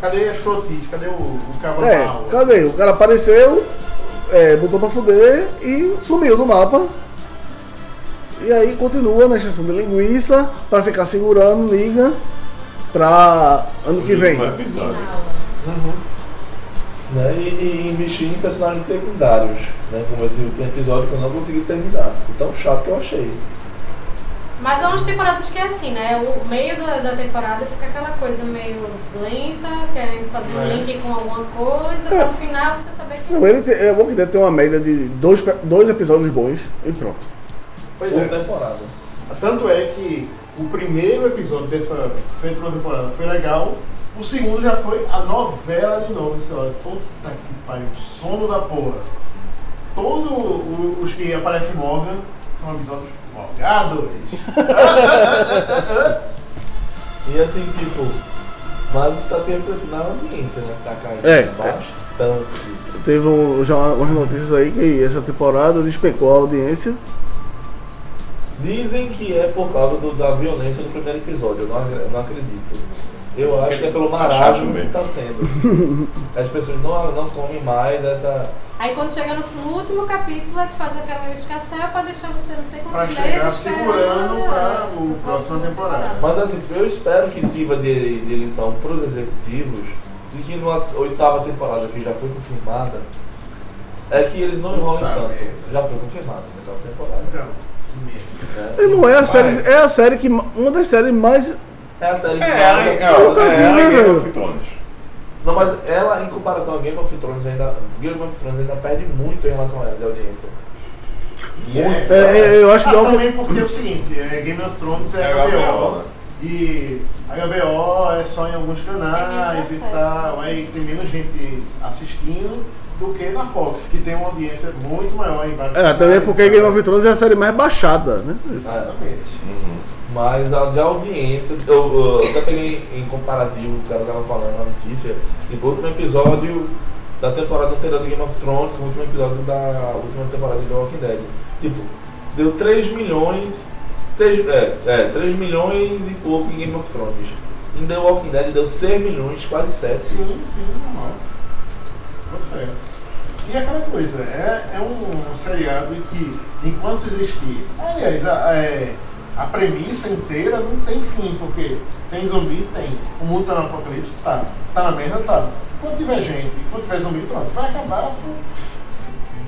Speaker 8: Cadê as frotis? Cadê o, o cavalo?
Speaker 3: É, cadê? O cara apareceu, é, botou pra fuder e sumiu do mapa. E aí continua na extensão de linguiça pra ficar segurando, liga pra ano que vem.
Speaker 10: Né? E, e investir em personagens secundários, né? Como esse último episódio que eu não consegui terminar. E Tão chato que eu achei.
Speaker 4: Mas há umas temporadas que é assim, né? O meio da, da temporada fica aquela coisa meio lenta, querendo fazer um
Speaker 3: É.
Speaker 4: link com alguma coisa, pra no final você saber que.
Speaker 3: Não, ele tem, é bom que deve ter uma média de dois, pe- dois episódios bons e pronto.
Speaker 8: Pois é. temporada. Tanto é que o primeiro episódio dessa sétima temporada foi legal, o segundo já foi a novela de novo. Você olha, puta que pariu, sono da porra. Todos os que aparecem Morgan são episódios morgados.
Speaker 10: E assim, tipo, mas está se refletindo na audiência, né? Tá caindo
Speaker 3: É,
Speaker 10: baixo. Então,
Speaker 3: Teve um- já umas notícias aí que essa temporada despencou a audiência.
Speaker 10: dizem que é por causa do- da violência do primeiro episódio. Eu não, ac- eu não acredito. Eu acho que é pelo marasmo que está sendo. As pessoas não, não comem mais essa.
Speaker 4: Aí quando chega no, no último capítulo, é que faz aquela escassez pra deixar você não sei
Speaker 8: Pra
Speaker 4: quantos
Speaker 8: chegar
Speaker 4: meses
Speaker 8: segurando pra o próximo temporada.
Speaker 10: Mas assim, eu espero que sirva de, de lição para os executivos de que numa oitava temporada que já foi confirmada, é que eles não enrolem
Speaker 8: Tá,
Speaker 10: tanto.
Speaker 8: beleza.
Speaker 10: Já foi confirmada, oitava temporada.
Speaker 3: E não é a série, é a série que ma- uma das séries mais
Speaker 10: É a série que
Speaker 3: É,
Speaker 10: mais
Speaker 3: ela-
Speaker 10: assiste.
Speaker 3: ela- Nunca ela vi, é Game velho. of
Speaker 12: Thrones.
Speaker 10: Não, mas ela em comparação a Game of Thrones ainda. Game of Thrones ainda perde muito em relação a ela de audiência. Muito.
Speaker 3: É, é, eu acho
Speaker 8: ah,
Speaker 3: que dá um-
Speaker 8: também porque é o seguinte, é, Game of Thrones é,
Speaker 10: É
Speaker 8: HBO,
Speaker 10: HBO, né?
Speaker 8: e HBO é só em alguns canais e tal, aí tem menos gente assistindo do que na Fox, que tem uma audiência muito maior em vários
Speaker 3: É, também porque Game of Thrones é a série mais baixada, né?
Speaker 8: Exatamente.
Speaker 10: Uhum. Mas a de audiência, eu, eu até peguei em comparativo, o cara estava falando na notícia, tipo, o último episódio da temporada anterior de Game of Thrones, o último episódio da última temporada de The Walking Dead. Tipo, deu 3 milhões, seis- é, é, 3 milhões e pouco em Game of Thrones. Em The Walking Dead deu 6 milhões, quase 7.
Speaker 8: Sim, sim, normal. Muito feio. E é aquela coisa, é, é um seriado em que, enquanto existir. Aliás, a, é, a premissa inteira não tem fim, porque tem zumbi, tem. O mundo tá no apocalipse, tá. Tá na merda, tá. Quando tiver gente, quando tiver zumbi, pronto, vai acabar com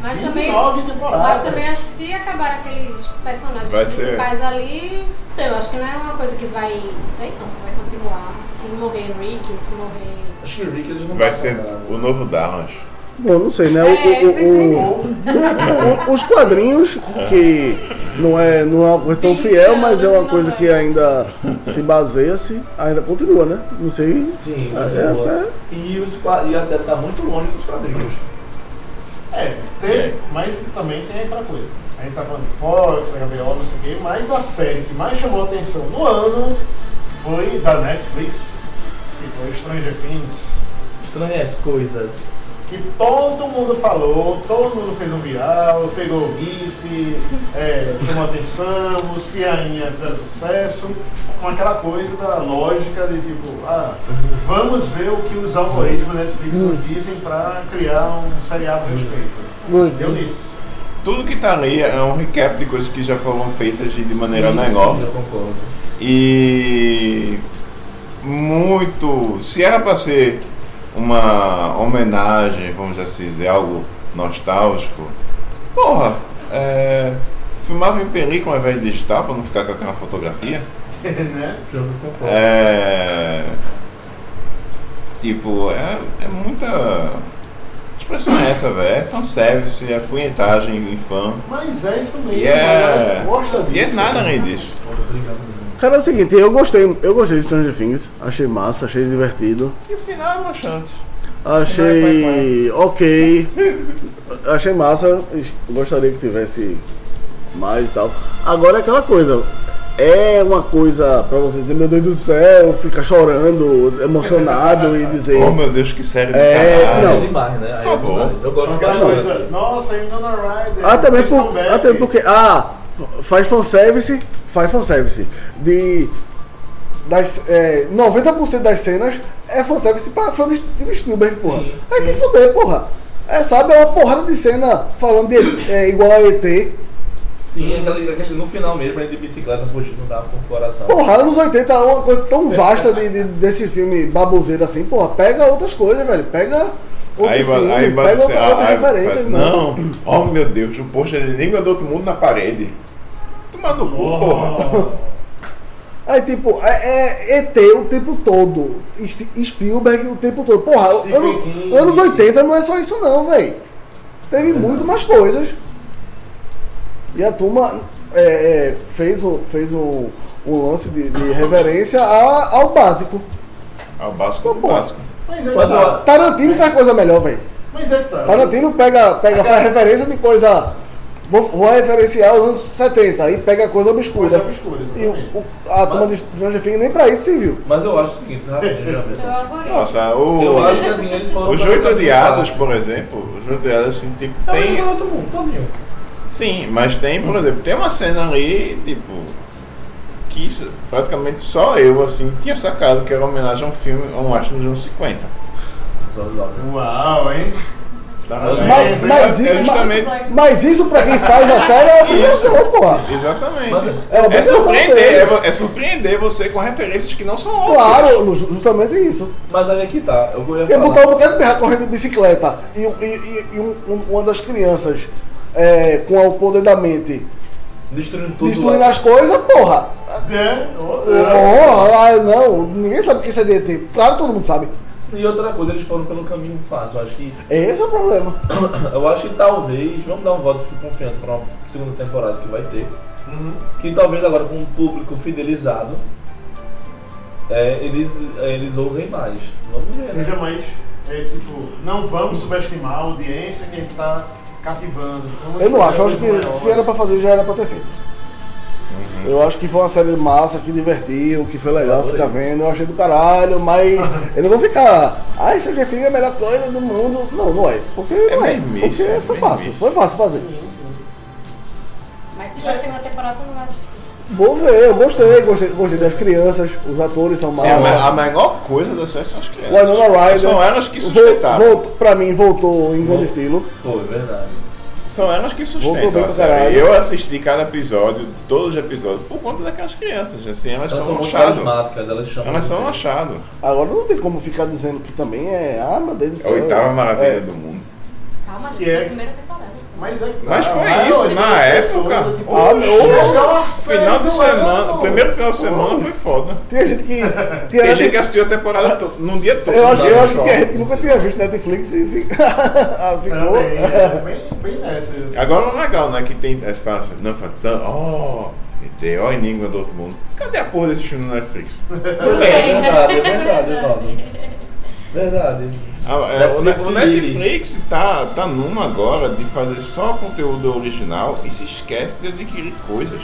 Speaker 4: Mas também,
Speaker 8: 29 temporadas.
Speaker 4: mas também acho que se acabar aqueles personagens
Speaker 8: Vai ser.
Speaker 4: principais ali, eu acho que não é uma coisa que vai, sei lá, se vai continuar. Se morrer Rick, se morrer...
Speaker 10: Acho que o Rick eles não
Speaker 12: Vai ser o novo Dallas.
Speaker 3: Bom, não sei, né?
Speaker 4: É,
Speaker 3: O- o-
Speaker 4: pensei
Speaker 3: o-
Speaker 4: nisso.
Speaker 3: o- os quadrinhos, que não é, não é uma coisa tão fiel, mas é uma coisa que ainda se baseia-se, ainda continua, né? Não sei.
Speaker 10: Sim,
Speaker 3: É,
Speaker 10: continua.
Speaker 3: até-
Speaker 10: E, os, qua- e a série tá muito longe dos quadrinhos.
Speaker 8: É, tem, mas também tem aquela coisa. A gente tá falando de Fox, HBO, não sei o quê, mas a série que mais chamou a atenção no ano foi da Netflix, que foi Stranger Things.
Speaker 10: Estranhas coisas.
Speaker 8: Que todo mundo falou, todo mundo fez um viral, pegou o GIF, é, chamou atenção, os piainha fizeram sucesso, com aquela coisa da lógica de tipo, ah, vamos ver o que os algoritmos da Netflix
Speaker 10: Hum.
Speaker 8: nos dizem para criar um seriado a respeito. Deu nisso.
Speaker 12: Tudo que tá ali é um recap de coisas que já foram feitas de de maneira
Speaker 10: Sim,
Speaker 12: menor.
Speaker 10: sim, eu concordo.
Speaker 12: E muito. Se era para ser uma homenagem, vamos assim dizer, algo nostálgico, porra, é, filmava em película ao invés de digital para não ficar com aquela fotografia.
Speaker 8: né?
Speaker 12: É. Tipo, é, é muita. A expressão é essa, velho. É fanservice, é punhetagem em fã.
Speaker 8: Mas é isso mesmo.
Speaker 12: E
Speaker 8: a
Speaker 12: é.
Speaker 8: galera gosta disso.
Speaker 12: E é nada além disso.
Speaker 3: Cara, é o seguinte, eu gostei, eu gostei de Stranger Things, achei massa, achei divertido.
Speaker 12: E o final é broxante.
Speaker 3: Achei ok. Achei massa. Gostaria que tivesse mais e tal. Agora é aquela coisa. É uma coisa pra você dizer, meu Deus do céu, ficar chorando, emocionado e dizer.
Speaker 12: Oh meu Deus, que série do
Speaker 3: É,
Speaker 12: caralho.
Speaker 3: não.
Speaker 10: né? Aí é
Speaker 12: Por favor.
Speaker 10: Eu gosto
Speaker 3: Não,
Speaker 10: de
Speaker 3: não.
Speaker 8: é-
Speaker 10: coisa.
Speaker 8: Nossa, ainda na Rider.
Speaker 3: Ah, também por, até porque. Ah, faz fanservice, faz fanservice. De. Das, é, 90% das cenas é fanservice pra fã de Steven Spielberg, porra. Vai te fuder, porra. É, sabe, é uma porrada de cena falando de é, igual a ET.
Speaker 10: Sim, aquele, aquele, no final mesmo, ele de bicicleta fugindo da com o coração.
Speaker 3: Porra, anos 80 é uma coisa tão vasta de, de- desse filme baboseiro assim, porra, pega outras coisas, velho. Pega outro
Speaker 12: Aí,
Speaker 3: filme,
Speaker 12: vai- aí vai
Speaker 3: pega
Speaker 12: você,
Speaker 3: outra, outra
Speaker 12: ah, aí
Speaker 3: referência. né?
Speaker 12: faz, não, oh meu Deus, o poxa de língua do outro mundo na parede. Toma no cu, porra.
Speaker 3: Aí, tipo, é, é ET o tempo todo. Sti- Spielberg o tempo todo. Porra, eu- eu não- anos 80 não é só isso não, velho. Teve muito mais coisas. E a turma é, é, fez, o, fez o, o lance de, de reverência a- ao básico.
Speaker 12: Ao É básico, ao básico.
Speaker 8: Mas é, que
Speaker 3: Mas, ó,
Speaker 8: tá.
Speaker 3: Tarantino faz coisa melhor, velho.
Speaker 8: mas é que tá.
Speaker 3: Tarantino pega, pega faz referência de coisa. Vou, vou referenciar os anos 70 aí pega coisa obscura. e o, o- a turma de Stranger Things nem pra isso se viu.
Speaker 10: Mas eu acho o seguinte, rapidinho, já mesmo.
Speaker 12: Nossa, o.
Speaker 10: Eu acho que assim, eles foram
Speaker 12: Os
Speaker 10: pra-
Speaker 12: oito
Speaker 10: pra- é
Speaker 12: odiados, por exemplo, os oito odiados, assim, tipo, tem. Sim, mas tem, por exemplo, tem uma cena ali, tipo, que isso- praticamente só eu, assim, tinha sacado que era uma homenagem a um filme, a um acho nos anos 50.
Speaker 8: Uau, hein?
Speaker 12: Tá
Speaker 3: Mas,
Speaker 12: É
Speaker 3: mas isso, mas, mas isso pra quem faz a série é obrigação, porra.
Speaker 12: Exatamente.
Speaker 3: É
Speaker 12: é,
Speaker 3: obrigação
Speaker 12: surpreender,
Speaker 3: deles.
Speaker 12: é, vo- é surpreender você com referências que não são óbvias.
Speaker 3: Claro, Lu, justamente isso.
Speaker 10: Mas aí é que tá. Eu vou ia
Speaker 3: Porque
Speaker 10: falar.
Speaker 3: botar um bocado de berra correndo de bicicleta e, e- e- e um- um- uma das crianças é, com o poder da mente
Speaker 10: Destruindo tudo.
Speaker 3: destruindo
Speaker 10: lá.
Speaker 3: as coisas, porra.
Speaker 8: É, ó,
Speaker 3: Oh, ah, não, ninguém sabe o que isso é DT. Claro, todo mundo sabe.
Speaker 10: E outra coisa, eles foram pelo caminho fácil. Eu acho que.
Speaker 3: Esse é o problema.
Speaker 10: Eu acho que talvez. Vamos dar um voto de confiança pra uma segunda temporada que vai ter.
Speaker 12: Uhum.
Speaker 10: Que talvez agora com um público fidelizado. é, eles, eles ousem mais. Vamos ver. né?
Speaker 8: Seja mais. É, tipo, não vamos subestimar a audiência que a gente tá cativando. Então, é Vamos
Speaker 3: Eu não acho, eu acho
Speaker 8: fazer
Speaker 3: que
Speaker 8: algo
Speaker 3: se era pra fazer já era pra ter feito.
Speaker 12: Uhum.
Speaker 3: Eu acho que foi uma série massa, que divertiu, que foi legal ficar vendo, eu achei do caralho,
Speaker 12: (laughs)
Speaker 3: mas eu não vou ficar. Ah, Stranger Things é a melhor coisa do mundo. Não, não é. Porque não é.
Speaker 12: mesmice,
Speaker 3: Porque
Speaker 12: é
Speaker 3: foi fácil, foi fácil fazer.
Speaker 4: Mas se tiver segunda temporada, eu não vai assistir.
Speaker 3: Vou ver, eu gostei, gostei, gostei das crianças, os atores são
Speaker 12: Sim, a,
Speaker 3: maus.
Speaker 12: me- a melhor coisa da série são as crianças.
Speaker 3: Winona Ryder.
Speaker 12: é. São elas que
Speaker 3: vo-
Speaker 12: sustentaram. Uhum.
Speaker 3: Voltou, pra mim, voltou em grande estilo.
Speaker 10: Foi, é verdade.
Speaker 12: São elas que
Speaker 3: Voltou bem
Speaker 12: sustentam a
Speaker 3: pra
Speaker 12: série.
Speaker 3: caralho.
Speaker 12: Eu assisti cada episódio, todos os episódios, por conta daquelas crianças. Assim, elas,
Speaker 10: Elas são
Speaker 12: são um
Speaker 10: muito
Speaker 12: achado.
Speaker 10: carismáticas, elas chamam
Speaker 12: Elas
Speaker 8: né?
Speaker 12: são um
Speaker 10: você.
Speaker 12: achado.
Speaker 3: Agora não tem como ficar dizendo que também é. Ah, meu Deus do
Speaker 12: É a
Speaker 3: céu.
Speaker 12: oitava maravilha
Speaker 3: É.
Speaker 12: do mundo.
Speaker 4: Calma,
Speaker 8: Que
Speaker 4: gente, é
Speaker 8: é-
Speaker 4: a primeira temporada.
Speaker 8: Mas é
Speaker 12: Mas
Speaker 8: claro,
Speaker 12: foi
Speaker 8: a
Speaker 12: isso,
Speaker 8: maioria
Speaker 12: na
Speaker 8: das
Speaker 12: época.
Speaker 8: pessoas, tipo,
Speaker 12: Ah,
Speaker 8: "Oxe,
Speaker 12: meu,
Speaker 8: melhor série
Speaker 12: final de
Speaker 8: do
Speaker 12: semana,
Speaker 8: ano".
Speaker 12: o primeiro final de semana foi foda.
Speaker 3: é Tem gente que. Tem,
Speaker 12: (laughs) Tem gente
Speaker 3: gente-
Speaker 12: que assistiu a temporada to- num dia todo. né?
Speaker 3: Eu acho, eu
Speaker 12: Não,
Speaker 3: acho
Speaker 12: só.
Speaker 3: que a gente nunca tinha visto Netflix e fica. (laughs) ah, ficou.
Speaker 8: Também, é, bem- bem nessa.
Speaker 12: Agora o legal, né? Que tem. é, faz- Não, faz tão. Ó, ET, ó, Enigma do Outro Mundo. Cadê a porra desse filme no Netflix? Não
Speaker 10: É
Speaker 12: tem.
Speaker 10: verdade, é verdade, Oswaldo. Verdade.
Speaker 12: Ah, é, o, Ne-
Speaker 10: Netflix
Speaker 12: o
Speaker 10: e
Speaker 12: Netflix tá, tá numa agora de fazer só conteúdo original e se esquece de adquirir coisas.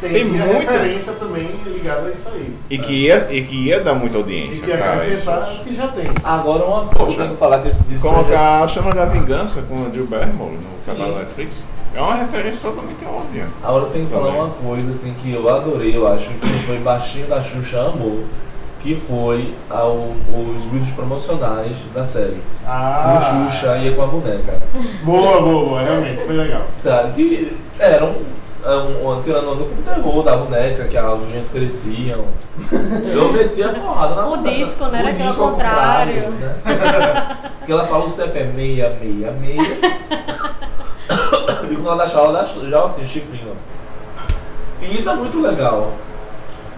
Speaker 8: Tem,
Speaker 12: Tem
Speaker 8: muita
Speaker 12: muita.
Speaker 8: referência também ligada a isso aí.
Speaker 12: E que ia, e que ia dar muita
Speaker 8: E
Speaker 12: audiência.
Speaker 8: que
Speaker 12: pra isso.
Speaker 8: acrescentar o que já tem.
Speaker 10: Agora uma coisa que eu vou falar que eu disse.
Speaker 8: é-
Speaker 12: Colocar a chama da vingança com o Drew Barrymore no canal da Netflix é uma referência totalmente óbvia.
Speaker 10: Agora eu tenho que falar uma coisa assim que eu adorei, eu acho, que foi baixinho da Xuxa Amor, que foi ao, os vídeos promocionais da série.
Speaker 8: Ah.
Speaker 10: O Xuxa ia com a boneca.
Speaker 8: Boa, boa, boa, realmente, foi legal.
Speaker 10: Sabe? Que era um. é um, um tirando onda com terror da boneca, que as unhas
Speaker 4: (laughs)
Speaker 10: cresciam. Eu meti a porrada na
Speaker 4: O
Speaker 10: boneca.
Speaker 4: disco, né? Era
Speaker 10: O
Speaker 4: que era
Speaker 10: disco
Speaker 4: ao
Speaker 10: ao contrário.
Speaker 4: contrário. (laughs)
Speaker 10: né? que ela fala o CEP é meia, meia, meia. e quando ela deixava, ela já assim, chifrinho. E isso é muito legal.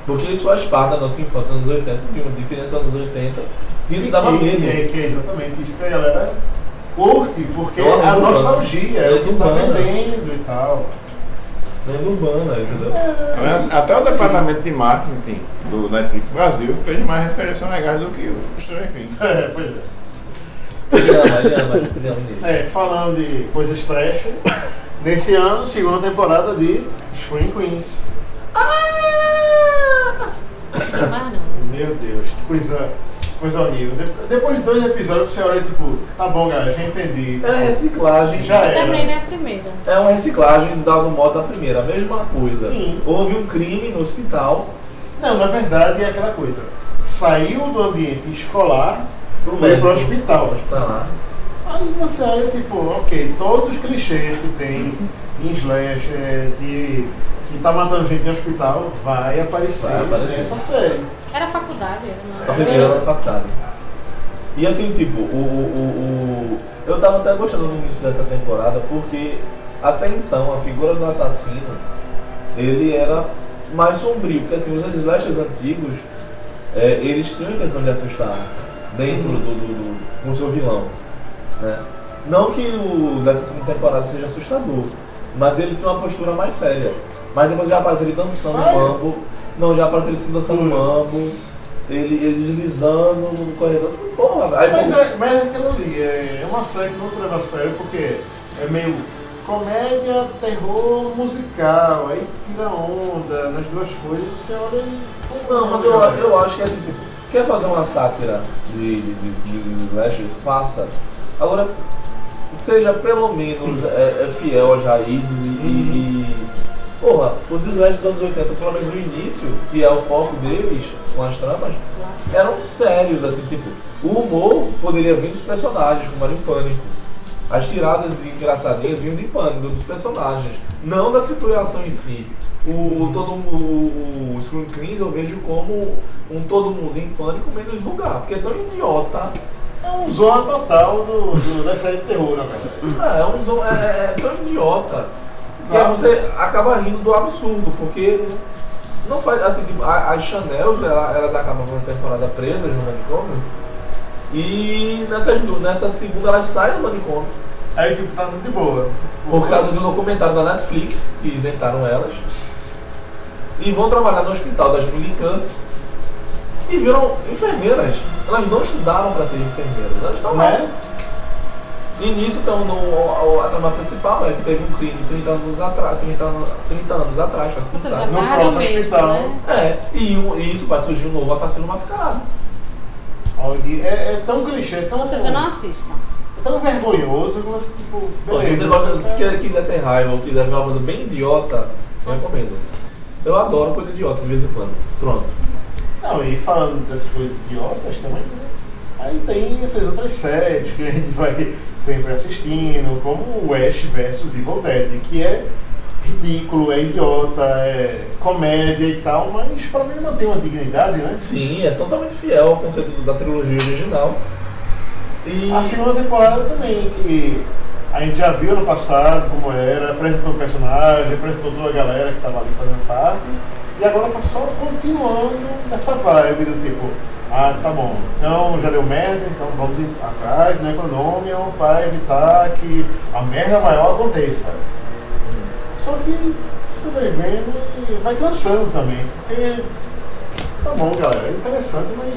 Speaker 10: Porque isso faz parte da nossa infância nos 80, filme de criança nos 80. Isso
Speaker 8: E
Speaker 10: dava
Speaker 8: que-
Speaker 10: medo.
Speaker 8: É, que é exatamente isso que a galera curte, porque
Speaker 10: Eu
Speaker 8: a
Speaker 10: adoro.
Speaker 8: nostalgia é o que
Speaker 10: Eu
Speaker 8: tá
Speaker 10: adoro.
Speaker 8: vendendo e tal.
Speaker 10: Lenda É urbana, entendeu?
Speaker 12: Até o departamento de marketing do Netflix Brasil fez mais referência legais do que o Stranger Things.
Speaker 8: (laughs) É, pois é.
Speaker 10: Ele ama, ele ama, ele ama nisso.
Speaker 8: É, falando de coisas trash, nesse ano, segunda temporada de Scream Queens.
Speaker 10: Ah!
Speaker 4: Mas não. né?
Speaker 8: Meu Deus, que coisa, coisa horrível. De- depois de dois episódios você olha e tipo, tá bom, galera, já entendi.
Speaker 10: É reciclagem.
Speaker 8: Já é.
Speaker 4: Eu
Speaker 8: era.
Speaker 4: terminei na primeira.
Speaker 10: É uma reciclagem do algum modo da primeira, a mesma coisa.
Speaker 8: Sim.
Speaker 10: Houve um crime no hospital.
Speaker 8: Não, na verdade é aquela coisa. Saiu do ambiente escolar,
Speaker 10: Pro
Speaker 8: foi
Speaker 10: médico.
Speaker 8: pro hospital.
Speaker 10: Tá lá.
Speaker 8: Aí você olha, tipo, ok, todos os clichês que tem em Slash, é, de que tá matando gente no hospital, vai aparecer,
Speaker 10: Vai aparecer.
Speaker 8: nessa série.
Speaker 4: Era faculdade, era
Speaker 8: Tá
Speaker 10: A
Speaker 4: uma...
Speaker 10: primeira da faculdade. tá E assim, tipo, o, o, o, o- Eu tava até gostando no início dessa temporada porque até então a figura do assassino ele era mais sombrio, porque assim, os slashers antigos é, eles tinham a intenção de assustar dentro do, do, do- com o seu vilão. Né? Não que o dessa segunda temporada seja assustador, mas ele tem uma postura mais séria. Mas depois já aparece ele dançando
Speaker 8: Sério? Hum.
Speaker 10: mambo. Não, já aparece ele se dançando mambo. Ele, ele deslizando no corredor. Porra, aí
Speaker 8: Mas
Speaker 10: bom,
Speaker 8: é, mas é aquilo ali, é, é uma série que não se leva a sério porque é meio comédia, terror, musical, aí tira onda nas duas coisas, você olha e.
Speaker 10: Não, mas eu, eu acho que é tipo, quer fazer uma sátira de, de, de, de slashers, faça. Agora, seja pelo menos é, é fiel às raízes e, e-
Speaker 8: Uhum.
Speaker 10: e- Porra, os slashers dos anos 80, pelo menos no início, que é o foco deles, com as tramas, eram sérios, assim, tipo, o humor poderia vir dos personagens, como era em Pânico. As tiradas de engraçadinhas vinham de Pânico, dos personagens, não da situação em si. O, o todo o, o Scream Queens eu vejo como um todo mundo em pânico menos vulgar, porque é tão idiota.
Speaker 8: É um zona total do, do- da série de terror, na verdade.
Speaker 10: É, é um zo- é- é tão idiota. E aí
Speaker 8: Exato.
Speaker 10: você acaba rindo do absurdo, porque não faz. Assim, tipo, a- as Chanels, ela- elas acabam uma temporada presas no manicômio. E nessas, du- nessa segunda elas saem do manicômio.
Speaker 8: Aí tipo, tá muito de boa.
Speaker 10: Por causa do documentário da Netflix, que isentaram elas. E vão trabalhar no hospital das militantes. E viram enfermeiras. Elas não estudaram para ser enfermeiras. Elas estão lá.
Speaker 8: Né?
Speaker 10: E nisso, então, no, o- o- a trama principal é que teve um crime 30 anos atrás, 30 anos, 30 anos atrás, acho que
Speaker 4: Ou
Speaker 10: você
Speaker 4: seja,
Speaker 10: sabe.
Speaker 8: Não
Speaker 4: nada
Speaker 8: próprio
Speaker 4: mesmo,
Speaker 8: hospital.
Speaker 4: tá né?
Speaker 10: É, e, um- e isso vai surgir um novo assassino mascarado.
Speaker 8: Onde é, é tão clichê, é tão,
Speaker 4: Ou seja, Então não assistam.
Speaker 8: tão vergonhoso que você, tipo,
Speaker 10: Pô, Então, se
Speaker 8: beleza,
Speaker 10: você gosta,
Speaker 8: você tá-
Speaker 10: quer- quiser ter raiva ou quiser ver uma coisa bem idiota, eu recomendo. Eu adoro coisa idiota de vez em quando. Pronto.
Speaker 8: Não, e falando dessas coisas idiotas também, né? aí tem essas outras séries que a gente vai sempre assistindo, como Ash vs Evil Dead, que é ridículo, é idiota, é comédia e tal, mas pra mim mantém uma dignidade, né?
Speaker 10: Sim, é totalmente fiel ao conceito da trilogia original. E...
Speaker 8: A segunda temporada também, que a gente já viu no passado como era, apresentou o personagem, apresentou toda a galera que tava ali fazendo parte, e agora tá só continuando essa vibe do tipo, ah, tá bom, então já deu merda, então vamos ir atrás né, do Necronomion para evitar que a merda maior aconteça. Só que você vai vendo e vai cansando também, porque tá bom, galera, é interessante, mas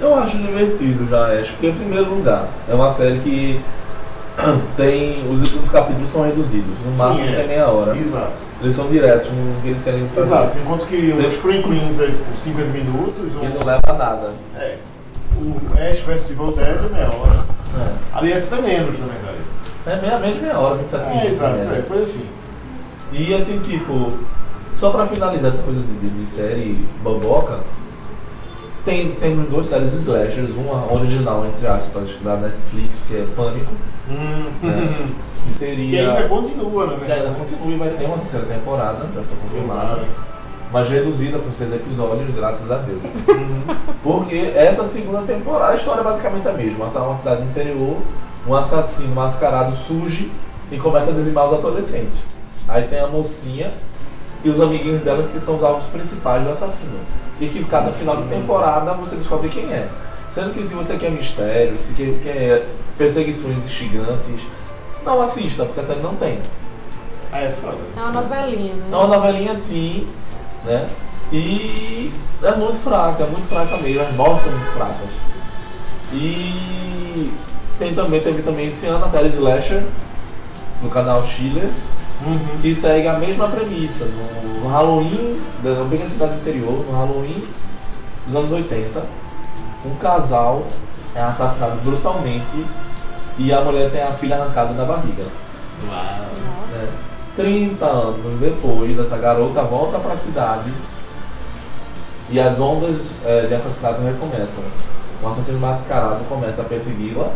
Speaker 10: Eu acho divertido já, Ash, porque em primeiro lugar, é uma série que (clears throat) tem. Os, os capítulos são reduzidos, no
Speaker 8: Sim,
Speaker 10: máximo
Speaker 8: é.
Speaker 10: tem meia hora.
Speaker 8: Exato.
Speaker 10: Eles são diretos no que eles querem fazer.
Speaker 8: Exato, enquanto que o
Speaker 10: Eles-
Speaker 8: Screen Queens é por 50 minutos.
Speaker 10: E não leva a nada.
Speaker 8: É. O Ash vs Evil Dead é meia hora.
Speaker 10: É.
Speaker 8: Aliás, até menos, na verdade.
Speaker 10: É meia, menos meia hora, 27
Speaker 8: É,
Speaker 10: minutos.
Speaker 8: exato,
Speaker 10: né?
Speaker 8: é, coisa assim.
Speaker 10: E assim, tipo, só pra finalizar essa coisa de, de- de série boboca, tem, temos duas séries slashers, uma original, entre aspas, da Netflix, que é Pânico. né?
Speaker 8: (laughs)
Speaker 10: Que seria.
Speaker 8: Que ainda continua, na
Speaker 10: Que ainda
Speaker 8: verdade.
Speaker 10: continua e vai ter uma terceira temporada, já foi confirmada. Mas reduzida por seis episódios, graças a Deus. Porque essa segunda temporada, a história é basicamente a mesma. Essa é uma cidade interior, um assassino mascarado surge e começa a dizimar os adolescentes. Aí tem a mocinha e os amiguinhos dela que são os alvos principais do assassino. E que cada final de temporada você descobre quem é. Sendo que se você quer mistério, se quer, quer perseguições gigantes, não assista, porque a série não tem.
Speaker 8: Ah, é foda.
Speaker 4: É uma novelinha, né?
Speaker 10: É uma novelinha teen, né? E é muito fraca, é muito fraca mesmo. As mortes são muito fracas. E tem também, teve também esse ano a série Slasher, no canal Schiller, que segue a mesma premissa. No Halloween, da pequena cidade do interior, no Halloween dos anos 80, um casal é assassinado brutalmente e a mulher tem a filha arrancada da barriga. Né? 30 anos depois, essa garota volta para a cidade e as ondas eh, de assassinato recomeçam. Um assassino mascarado começa a persegui-la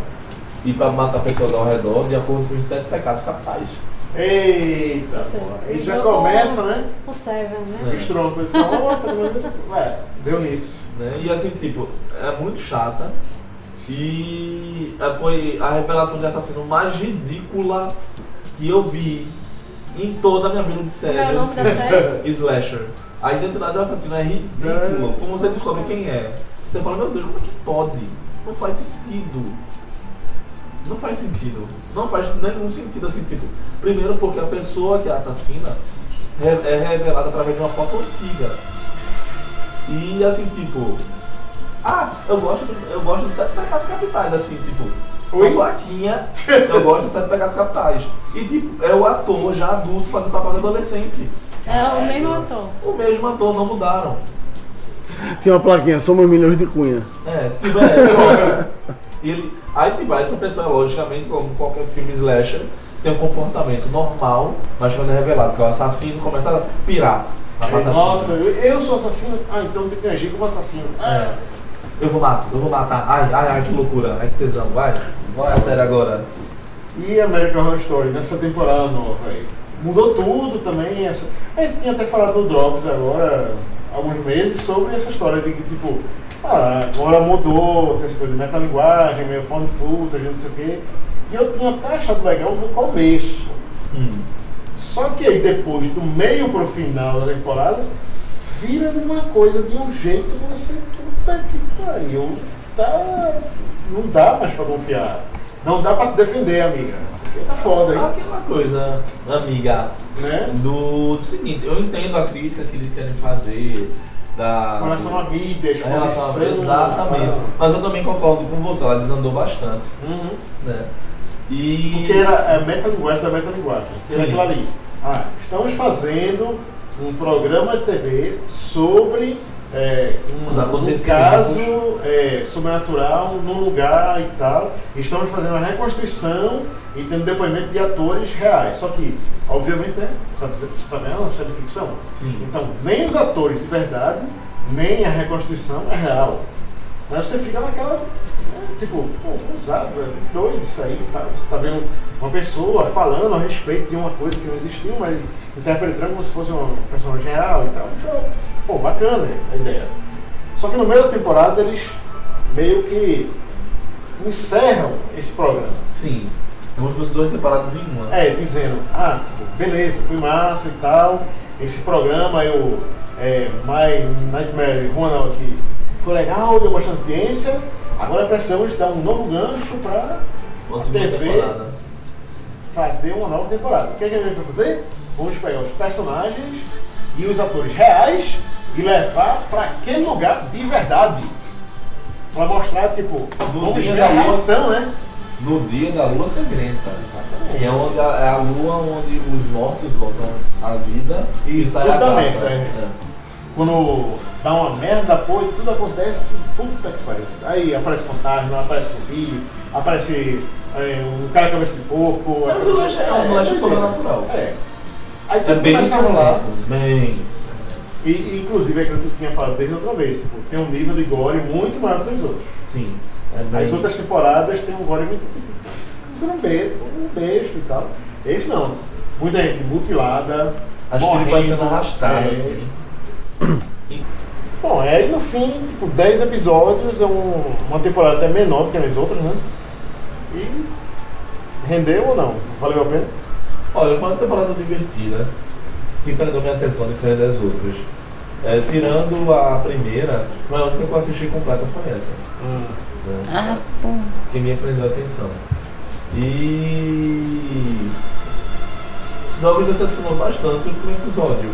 Speaker 10: e para matar pessoas ao redor de acordo com os sete pecados capitais.
Speaker 8: Eita, porra. Aí já começa, né?
Speaker 4: O Seven, né?
Speaker 10: É.
Speaker 8: Misturou uma coisa com a outra, né? Ué, deu nisso.
Speaker 10: né? E assim, tipo, é muito chata. E é, foi a revelação de assassino mais ridícula que eu vi em toda a minha vida de série.
Speaker 4: Qual é o nome da série?
Speaker 10: (laughs) Slasher. A identidade do assassino é ridícula. Como você descobre quem é? Você fala, meu Deus, como é que pode? Não faz sentido. Não faz sentido. Não faz nenhum sentido assim, tipo. Primeiro porque a pessoa que é assassina re- é revelada através de uma foto antiga. E assim, tipo. Ah, eu gosto do, eu gosto dos sete pecados capitais, assim, tipo. Uma plaquinha, eu gosto dos sete pecados capitais. E tipo, é o ator já adulto fazendo papel de adolescente.
Speaker 13: É o mesmo ator.
Speaker 10: O mesmo ator, não mudaram.
Speaker 3: Tinha uma plaquinha, somos milhões de cunha.
Speaker 10: É, tipo, é, tipo, ele, aí tipo, essa pessoa, logicamente, como qualquer filme slasher, tem um comportamento normal, mas quando é revelado que é o assassino, começa a pirar. na batatinha.
Speaker 8: Nossa, eu, eu sou assassino? Ah, então tem que agir como assassino. Ah,
Speaker 10: É. Eu vou matar, eu vou matar. Ai, ai, ai, que loucura. Ai, que tesão. Vai. Bora a série agora.
Speaker 8: E American Horror Story nessa temporada nova aí. Mudou tudo também. Essa... A gente tinha até falado no Drops agora, há alguns meses, sobre essa história de que, tipo, ah, agora mudou, tem essa coisa de metalinguagem, meio fone footage, não sei o quê. E eu tinha até achado legal no começo. Só que aí depois, do meio pro final da temporada, vira uma coisa de um jeito que você, puta que pariu, tá, não dá mais pra confiar. Não dá pra te defender, amiga. Porque tá foda aí.
Speaker 10: Aquela coisa, amiga,
Speaker 8: Né?
Speaker 10: do, do seguinte, eu entendo a crítica que eles querem fazer da.
Speaker 8: Com relação à mídia,
Speaker 10: Em relação à-
Speaker 8: exposição,
Speaker 10: É, Exatamente.
Speaker 8: tal.
Speaker 10: Mas eu também concordo com você, ela desandou bastante. Né? E.
Speaker 8: Uhum. Porque era a metalinguagem da metalinguagem. Era
Speaker 10: Sim.
Speaker 8: aquilo ali. Ah, estamos fazendo um programa de TV sobre é, um,
Speaker 10: Os
Speaker 8: um
Speaker 10: acontecimentos.
Speaker 8: caso é, sobrenatural num lugar e tal. Estamos fazendo a reconstrução e tendo depoimento de atores reais. Só que, obviamente, né? sabe, Você está vendo uma série de ficção?
Speaker 10: Sim.
Speaker 8: Então, nem os atores de verdade, nem a reconstrução é real. Mas você fica naquela. né, Tipo, pô, usado, é doido isso aí, tá? Você tá vendo uma pessoa falando a respeito de uma coisa que não existiu, mas interpretando como se fosse uma personagem real e tal. Isso é, pô, bacana a ideia. Só que no meio da temporada eles meio que encerram esse programa.
Speaker 10: Sim. É como se fosse duas temporadas em uma.
Speaker 8: É, dizendo, ah, tipo, beleza, foi massa e tal. Esse programa eu é, My Nightmare Ronald que foi legal, deu bastante audiência. Agora precisamos dar um novo gancho pra
Speaker 10: Uma
Speaker 8: a
Speaker 10: segunda
Speaker 8: TV
Speaker 10: temporada.
Speaker 8: fazer uma nova temporada. O que, é que a gente vai fazer? Vamos pegar os personagens e os atores reais e levar pra aquele lugar de verdade. Pra mostrar, tipo, vamos
Speaker 10: dia
Speaker 8: ver a
Speaker 10: da lua.
Speaker 8: reação, né?
Speaker 10: No dia da lua sangrenta. Exatamente. É, onde a, é a lua onde os mortos voltam à vida e
Speaker 8: Isso,
Speaker 10: sai a
Speaker 8: tudo dá
Speaker 10: taça.
Speaker 8: merda, é. Quando dá uma merda, pô, e tudo acontece, tudo- puta que pariu. Aí aparece fantasma, aparece zumbi, aparece é, um cara cabeça de porco.
Speaker 10: É um vilão- é um vilão sobrenatural.
Speaker 8: É. Aí
Speaker 10: É né?
Speaker 8: tudo
Speaker 10: bem
Speaker 8: começa a rolar.
Speaker 10: sangrento. Bem.
Speaker 8: E, e, inclusive, é aquilo que eu tinha falado desde outra vez, tipo, tem um nível de gore muito maior que os outros.
Speaker 10: Sim. é
Speaker 8: As outras temporadas tem um gore muito. Você não vê, um beijo e tal. Esse não. Muita gente mutilada.
Speaker 10: As tripas
Speaker 8: morrendo,
Speaker 10: sendo arrastadas,
Speaker 8: é.
Speaker 10: assim.
Speaker 8: Bom, é aí no fim, tipo, 10 episódios, é um- uma temporada até menor do que as outras, né? E rendeu ou não? Valeu a pena?
Speaker 10: Olha, foi uma temporada divertida que prendeu minha atenção diferente das outras. É, tirando a primeira, foi a única que eu assisti completa foi essa.
Speaker 8: Hum.
Speaker 10: Né?
Speaker 9: Ah, pô.
Speaker 10: que me prendeu a atenção. E não me decepcionou bastante o primeiro episódio.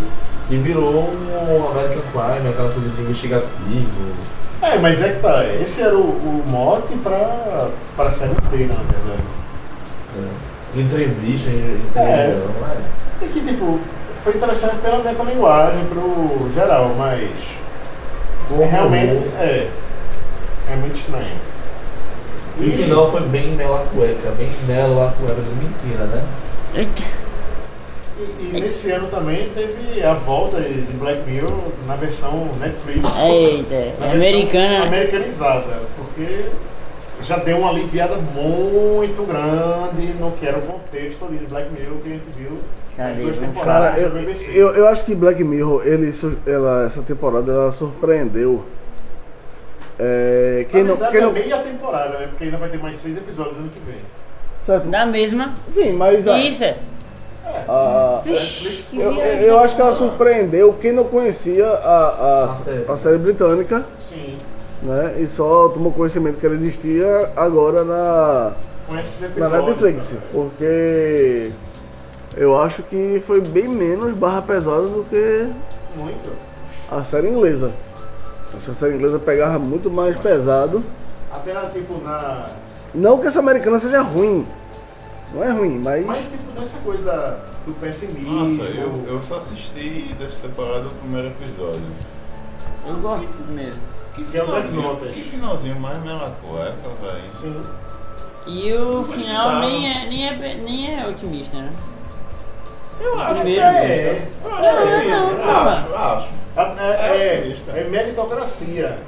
Speaker 10: E virou um American Crime, aquela coisa de investigativo.
Speaker 8: É, mas é que tá, esse era o, o mote pra, pra tá série inteira, na verdade.
Speaker 10: né? Entrevista, em- em
Speaker 8: É.
Speaker 10: televisão, né?
Speaker 8: É que, tipo, foi interessante pela metalinguagem pro geral, mas.
Speaker 10: Como-
Speaker 8: realmente, é. É muito estranho.
Speaker 10: E o final foi bem nela cueca, bem nela cueca de mentira, né?
Speaker 8: E, e nesse ano também teve a volta de de Black Mirror na versão Netflix.
Speaker 9: Eita, é
Speaker 8: Na versão
Speaker 3: É.
Speaker 9: americana. né?
Speaker 8: Americanizada, porque já deu uma aliviada muito grande no que era o contexto ali de Black Mirror que a gente viu nas duas temporadas
Speaker 3: Cara, eu,
Speaker 8: da BBC.
Speaker 3: eu, eu acho que Black Mirror, ele, su- ela, essa temporada, ela surpreendeu. É, quem
Speaker 8: na
Speaker 3: não,
Speaker 8: verdade,
Speaker 3: quem
Speaker 8: é
Speaker 3: não,
Speaker 8: meia temporada, né? Porque ainda vai ter mais seis episódios ano que vem.
Speaker 3: certo?
Speaker 9: Da mesma.
Speaker 3: Sim, mas ah, a-
Speaker 9: Isso.
Speaker 3: a-
Speaker 9: Vixe, que
Speaker 3: eu,
Speaker 9: viagem.
Speaker 3: eu acho que ela surpreendeu quem não conhecia a, a,
Speaker 10: A série.
Speaker 3: a série britânica,
Speaker 8: Sim.
Speaker 3: né? E só tomou conhecimento que ela existia agora na,
Speaker 8: Com esses
Speaker 3: na
Speaker 8: episódios.
Speaker 3: Netflix, porque eu acho que foi bem menos barra pesada do que
Speaker 8: Muito.
Speaker 3: a série inglesa. Acho que a série inglesa pegava muito mais pesado.
Speaker 8: Até na, tipo, na.
Speaker 3: Não que essa americana seja ruim. Não é ruim, mas.
Speaker 8: Mas tipo nessa coisa da- do pessimismo.
Speaker 12: Nossa, eu, eu só assisti dessa temporada o primeiro episódio.
Speaker 9: Eu gosto do primeiro.
Speaker 12: Que
Speaker 8: Tem algumas
Speaker 12: finalzinho,
Speaker 8: é notas.
Speaker 12: que finalzinho mais melacueca, velho.
Speaker 8: Sim.
Speaker 9: E o
Speaker 12: Não
Speaker 9: final
Speaker 12: precisava.
Speaker 9: nem é, nem, é, pe- nem é otimista, né?
Speaker 8: Eu acho
Speaker 9: Primeiro,
Speaker 8: que é. Eu acho que é
Speaker 9: não,
Speaker 8: mesmo.
Speaker 9: não,
Speaker 8: Ah,
Speaker 12: Eu acho.
Speaker 8: É, é, é meritocracia.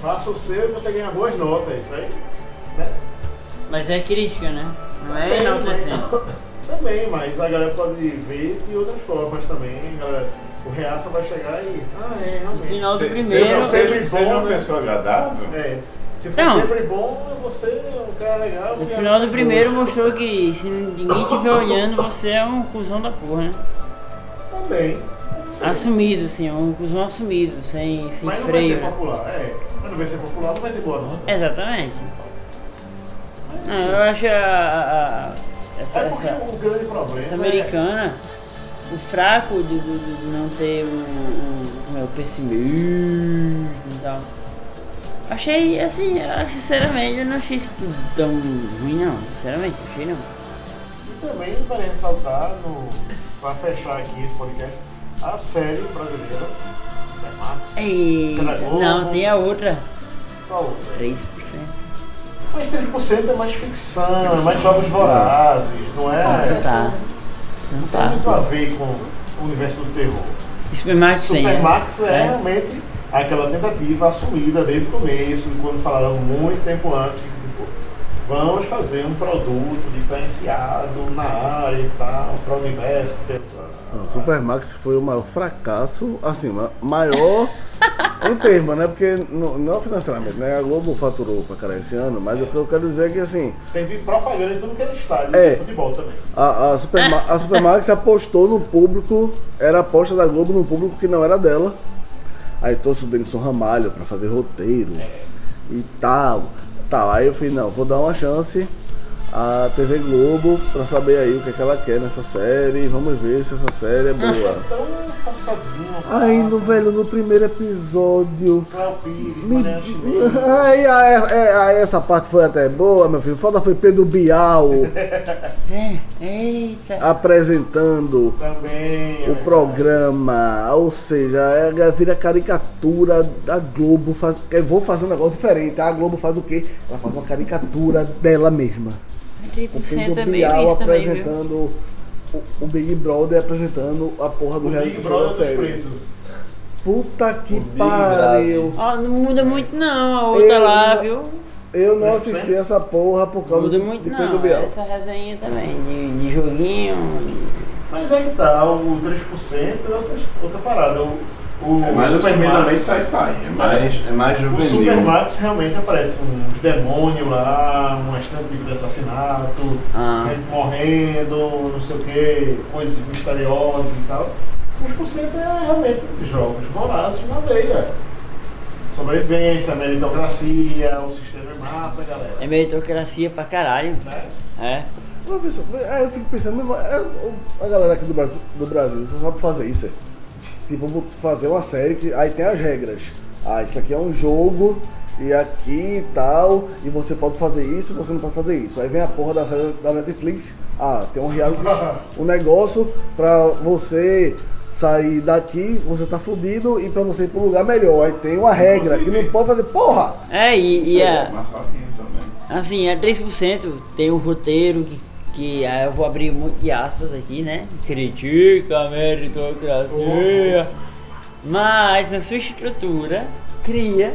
Speaker 8: Faça o seu e você ganha boas notas. Isso aí. Né?
Speaker 9: Mas é crítica, né? Não é
Speaker 8: Também,
Speaker 9: enaltecendo.
Speaker 8: mas- Também, mas a galera pode ver de outras formas também. A galera, o reaça vai chegar e. Ah, é,
Speaker 9: No
Speaker 8: realmente.
Speaker 9: final do
Speaker 12: Se-
Speaker 9: primeiro.
Speaker 12: Seja,
Speaker 8: você- Sempre
Speaker 12: seja, seja
Speaker 8: bom,
Speaker 12: uma
Speaker 8: né?
Speaker 12: pessoa agradável.
Speaker 8: É. Se for
Speaker 9: Não.
Speaker 8: sempre bom, você é um cara legal.
Speaker 9: O
Speaker 8: e
Speaker 9: final do
Speaker 8: é-
Speaker 9: primeiro mostrou que se ninguém estiver olhando, você é um cuzão da porra, né?
Speaker 8: Também. Sim.
Speaker 9: Assumido, sim, um cuzão assumido, sem, sem
Speaker 8: Mas não vai
Speaker 9: freio. É,
Speaker 8: ser popular, é. Mas não vai ser popular, não vai ter boa nota.
Speaker 9: Exatamente. Não, eu acho a, a- a- essa,
Speaker 8: É porque
Speaker 9: essa-
Speaker 8: o grande problema.
Speaker 9: essa
Speaker 8: é-
Speaker 9: americana, o fraco de, de- de- de não ter o, o, como é, o pessimismo e tal. Achei, assim, ah, sinceramente, eu não achei isso tudo tão ruim, não. Sinceramente, achei não.
Speaker 8: E também vale ressaltar, no, pra fechar aqui esse podcast, a série brasileira né, Max?
Speaker 9: Eita,
Speaker 8: Tá na Globo?
Speaker 9: não, tem a outra. É.
Speaker 8: Qual outra?
Speaker 9: 3%.
Speaker 8: Mas 3% é mais ficção, é mais jogos vorazes, não é?
Speaker 3: Então
Speaker 9: Não tá. Não
Speaker 8: Tem muito a
Speaker 9: tá.
Speaker 8: ver com o universo do terror.
Speaker 9: Supermax tem.
Speaker 8: Supermax é,
Speaker 9: É.
Speaker 8: realmente aquela tentativa assumida desde o começo, de quando falaram muito tempo antes, tipo, vamos fazer um produto diferenciado na área e tal, para o universo. do terror.
Speaker 3: O Supermax foi o maior fracasso, assim, ma- maior em termos, né? Porque no- não financeiramente, né? A Globo faturou pra cara esse ano, mas o que eu quero dizer é que, assim,
Speaker 8: Teve propaganda em tudo que era estádio,
Speaker 3: É.
Speaker 8: de futebol também.
Speaker 3: a, a, Superma- a Supermax apostou no público, era a aposta da Globo num público que não era dela. Aí trouxe o Denison Ramalho pra fazer roteiro
Speaker 8: É.
Speaker 3: e tal, tal. Aí eu falei, não, vou dar uma chance à TV Globo pra saber aí o que, é que ela quer nessa série. Vamos ver se essa série é boa.
Speaker 8: Tão forçadinho,
Speaker 3: (laughs) Ai, no, velho, no primeiro episódio.
Speaker 8: Cléo Pires,
Speaker 3: Me- (laughs)
Speaker 8: Mariana Chinesa.
Speaker 3: Ai, ai, ai, ai, essa parte foi até boa, meu filho. Foda foi Pedro Bial
Speaker 9: É, eita.
Speaker 3: Tá. apresentando
Speaker 8: Também.
Speaker 3: o programa. Ou seja, é, é, vira caricatura da Globo. Faz, eu vou fazer um negócio diferente. A Globo faz o quê? Ela faz uma caricatura dela mesma. O
Speaker 9: 3% é
Speaker 3: Pedro
Speaker 9: meio
Speaker 3: Bial
Speaker 9: isso também, viu?
Speaker 3: apresentando o, o Big Brother apresentando a porra do
Speaker 8: O
Speaker 3: reality
Speaker 8: Big
Speaker 3: show da
Speaker 8: Brother dos
Speaker 3: série.
Speaker 8: presos.
Speaker 3: Puta que pariu.
Speaker 9: Ó, não muda muito não, a outra lá,
Speaker 3: não-
Speaker 9: viu?
Speaker 3: Eu
Speaker 8: é
Speaker 3: não assisti essa porra por causa
Speaker 9: Muda
Speaker 3: de,
Speaker 9: muito
Speaker 3: de
Speaker 9: não, é.
Speaker 3: Pedro Bial.
Speaker 9: essa resenha também, de, de joguinho.
Speaker 8: Mas é que tá, o 3% é outra, outra parada. O, o
Speaker 12: É mais o
Speaker 8: Superman
Speaker 12: Superman
Speaker 8: também
Speaker 12: meio sci-fi, é mais, é mais
Speaker 8: O
Speaker 12: juvenil.
Speaker 8: Supermax realmente aparece uns demônios lá, umas tentativas de assassinato,
Speaker 9: Ah.
Speaker 8: gente morrendo, não sei o que, coisas misteriosas e tal. Os por cento é realmente jogos vorazes na veia. é. Sobrevivência, meritocracia, o sistema é massa, galera.
Speaker 9: É meritocracia pra caralho.
Speaker 8: Né?
Speaker 9: É.
Speaker 3: Ô, pessoal, Aí eu fico pensando, meu irmão, é, o- a galera aqui do Brasil, do Brasil só sabe fazer isso. é. Tipo, vou fazer uma série que aí tem as regras. Ah, isso aqui é um jogo e aqui e tal, e você pode fazer isso, você não pode fazer isso. Aí vem a porra da série da Netflix. Ah, tem um (laughs) reality, um negócio pra você sair daqui, você tá fudido e pra você ir pra um lugar melhor. Aí tem uma regra que não pode fazer porra.
Speaker 9: É, e, e a,
Speaker 12: Mas só que também.
Speaker 9: assim, a 3% tem um roteiro que, que aí eu vou abrir muito de aspas aqui, né? Critica a meritocracia. Mas a sua estrutura cria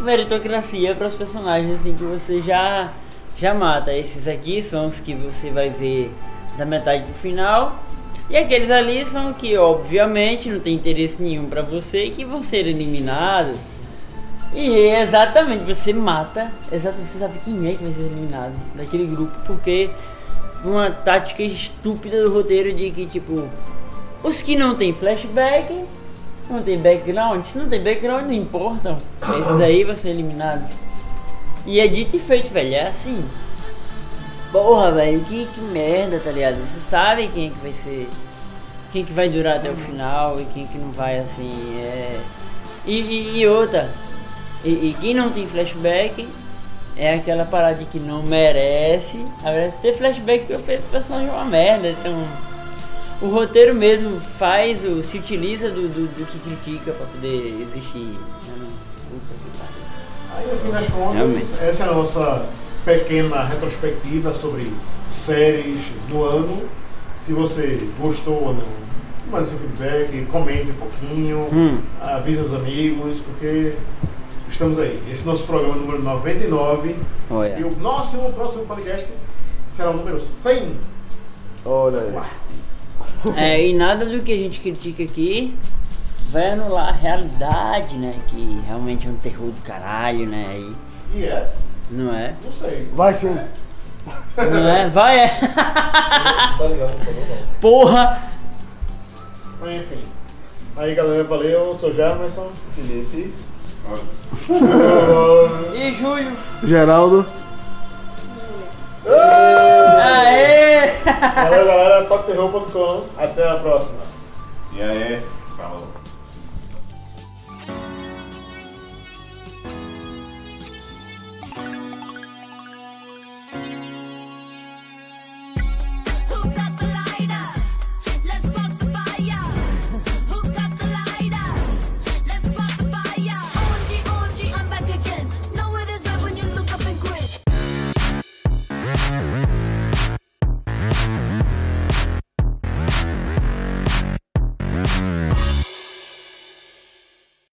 Speaker 9: meritocracia para os personagens assim que você já já mata. Esses aqui são os que você vai ver da metade pro final. E aqueles ali são que obviamente não tem interesse nenhum para você e que vão ser eliminados. E é exatamente, você mata, exatamente, você sabe quem é que vai ser eliminado daquele grupo, porque uma tática estúpida do roteiro de que tipo os que não tem flashback, não tem background, se não tem background não importam. Esses aí vão ser eliminados. E é dito e feito, velho, é assim. Porra, velho, que, que merda, tá ligado? Você sabe quem é que vai ser. Quem que vai durar até o final e quem que não vai assim. É... E, e- e outra. E, e quem não tem flashback é aquela parada de que não merece. Agora, ter flashback que eu penso que o personagem é uma merda, então. O roteiro mesmo faz, o, se utiliza do, do, do que critica pra poder existir. né? Puta que pariu.
Speaker 8: Aí, no fim das contas,
Speaker 9: Realmente.
Speaker 8: essa é a nossa pequena retrospectiva sobre séries do ano. Se você gostou ou não, mande seu feedback, comente um pouquinho,
Speaker 9: Hum.
Speaker 8: avise os amigos, porque estamos aí. Esse nosso programa é o número 99
Speaker 9: Olha.
Speaker 8: e o nosso o próximo podcast será o número 100.
Speaker 3: Olha aí.
Speaker 9: É, e nada do que a gente critica aqui vai anular a realidade, né? Que realmente é um terror do caralho, né? E,
Speaker 8: E é,
Speaker 9: não é?
Speaker 8: não sei.
Speaker 3: Vai um sim.
Speaker 9: Não é? Vai é! (laughs)
Speaker 10: Tá ligado? Não falou, não.
Speaker 9: Porra!
Speaker 8: Mas, enfim. Aí, galera, valeu. Eu sou o Jamerson. Felipe.
Speaker 9: E Júlio?
Speaker 3: Geraldo.
Speaker 9: Aê!
Speaker 8: Valeu, galera. Toqueterror.com. Até a próxima.
Speaker 12: E aí, falou.
Speaker 13: Let's spark the fire. Who got the lighter? Música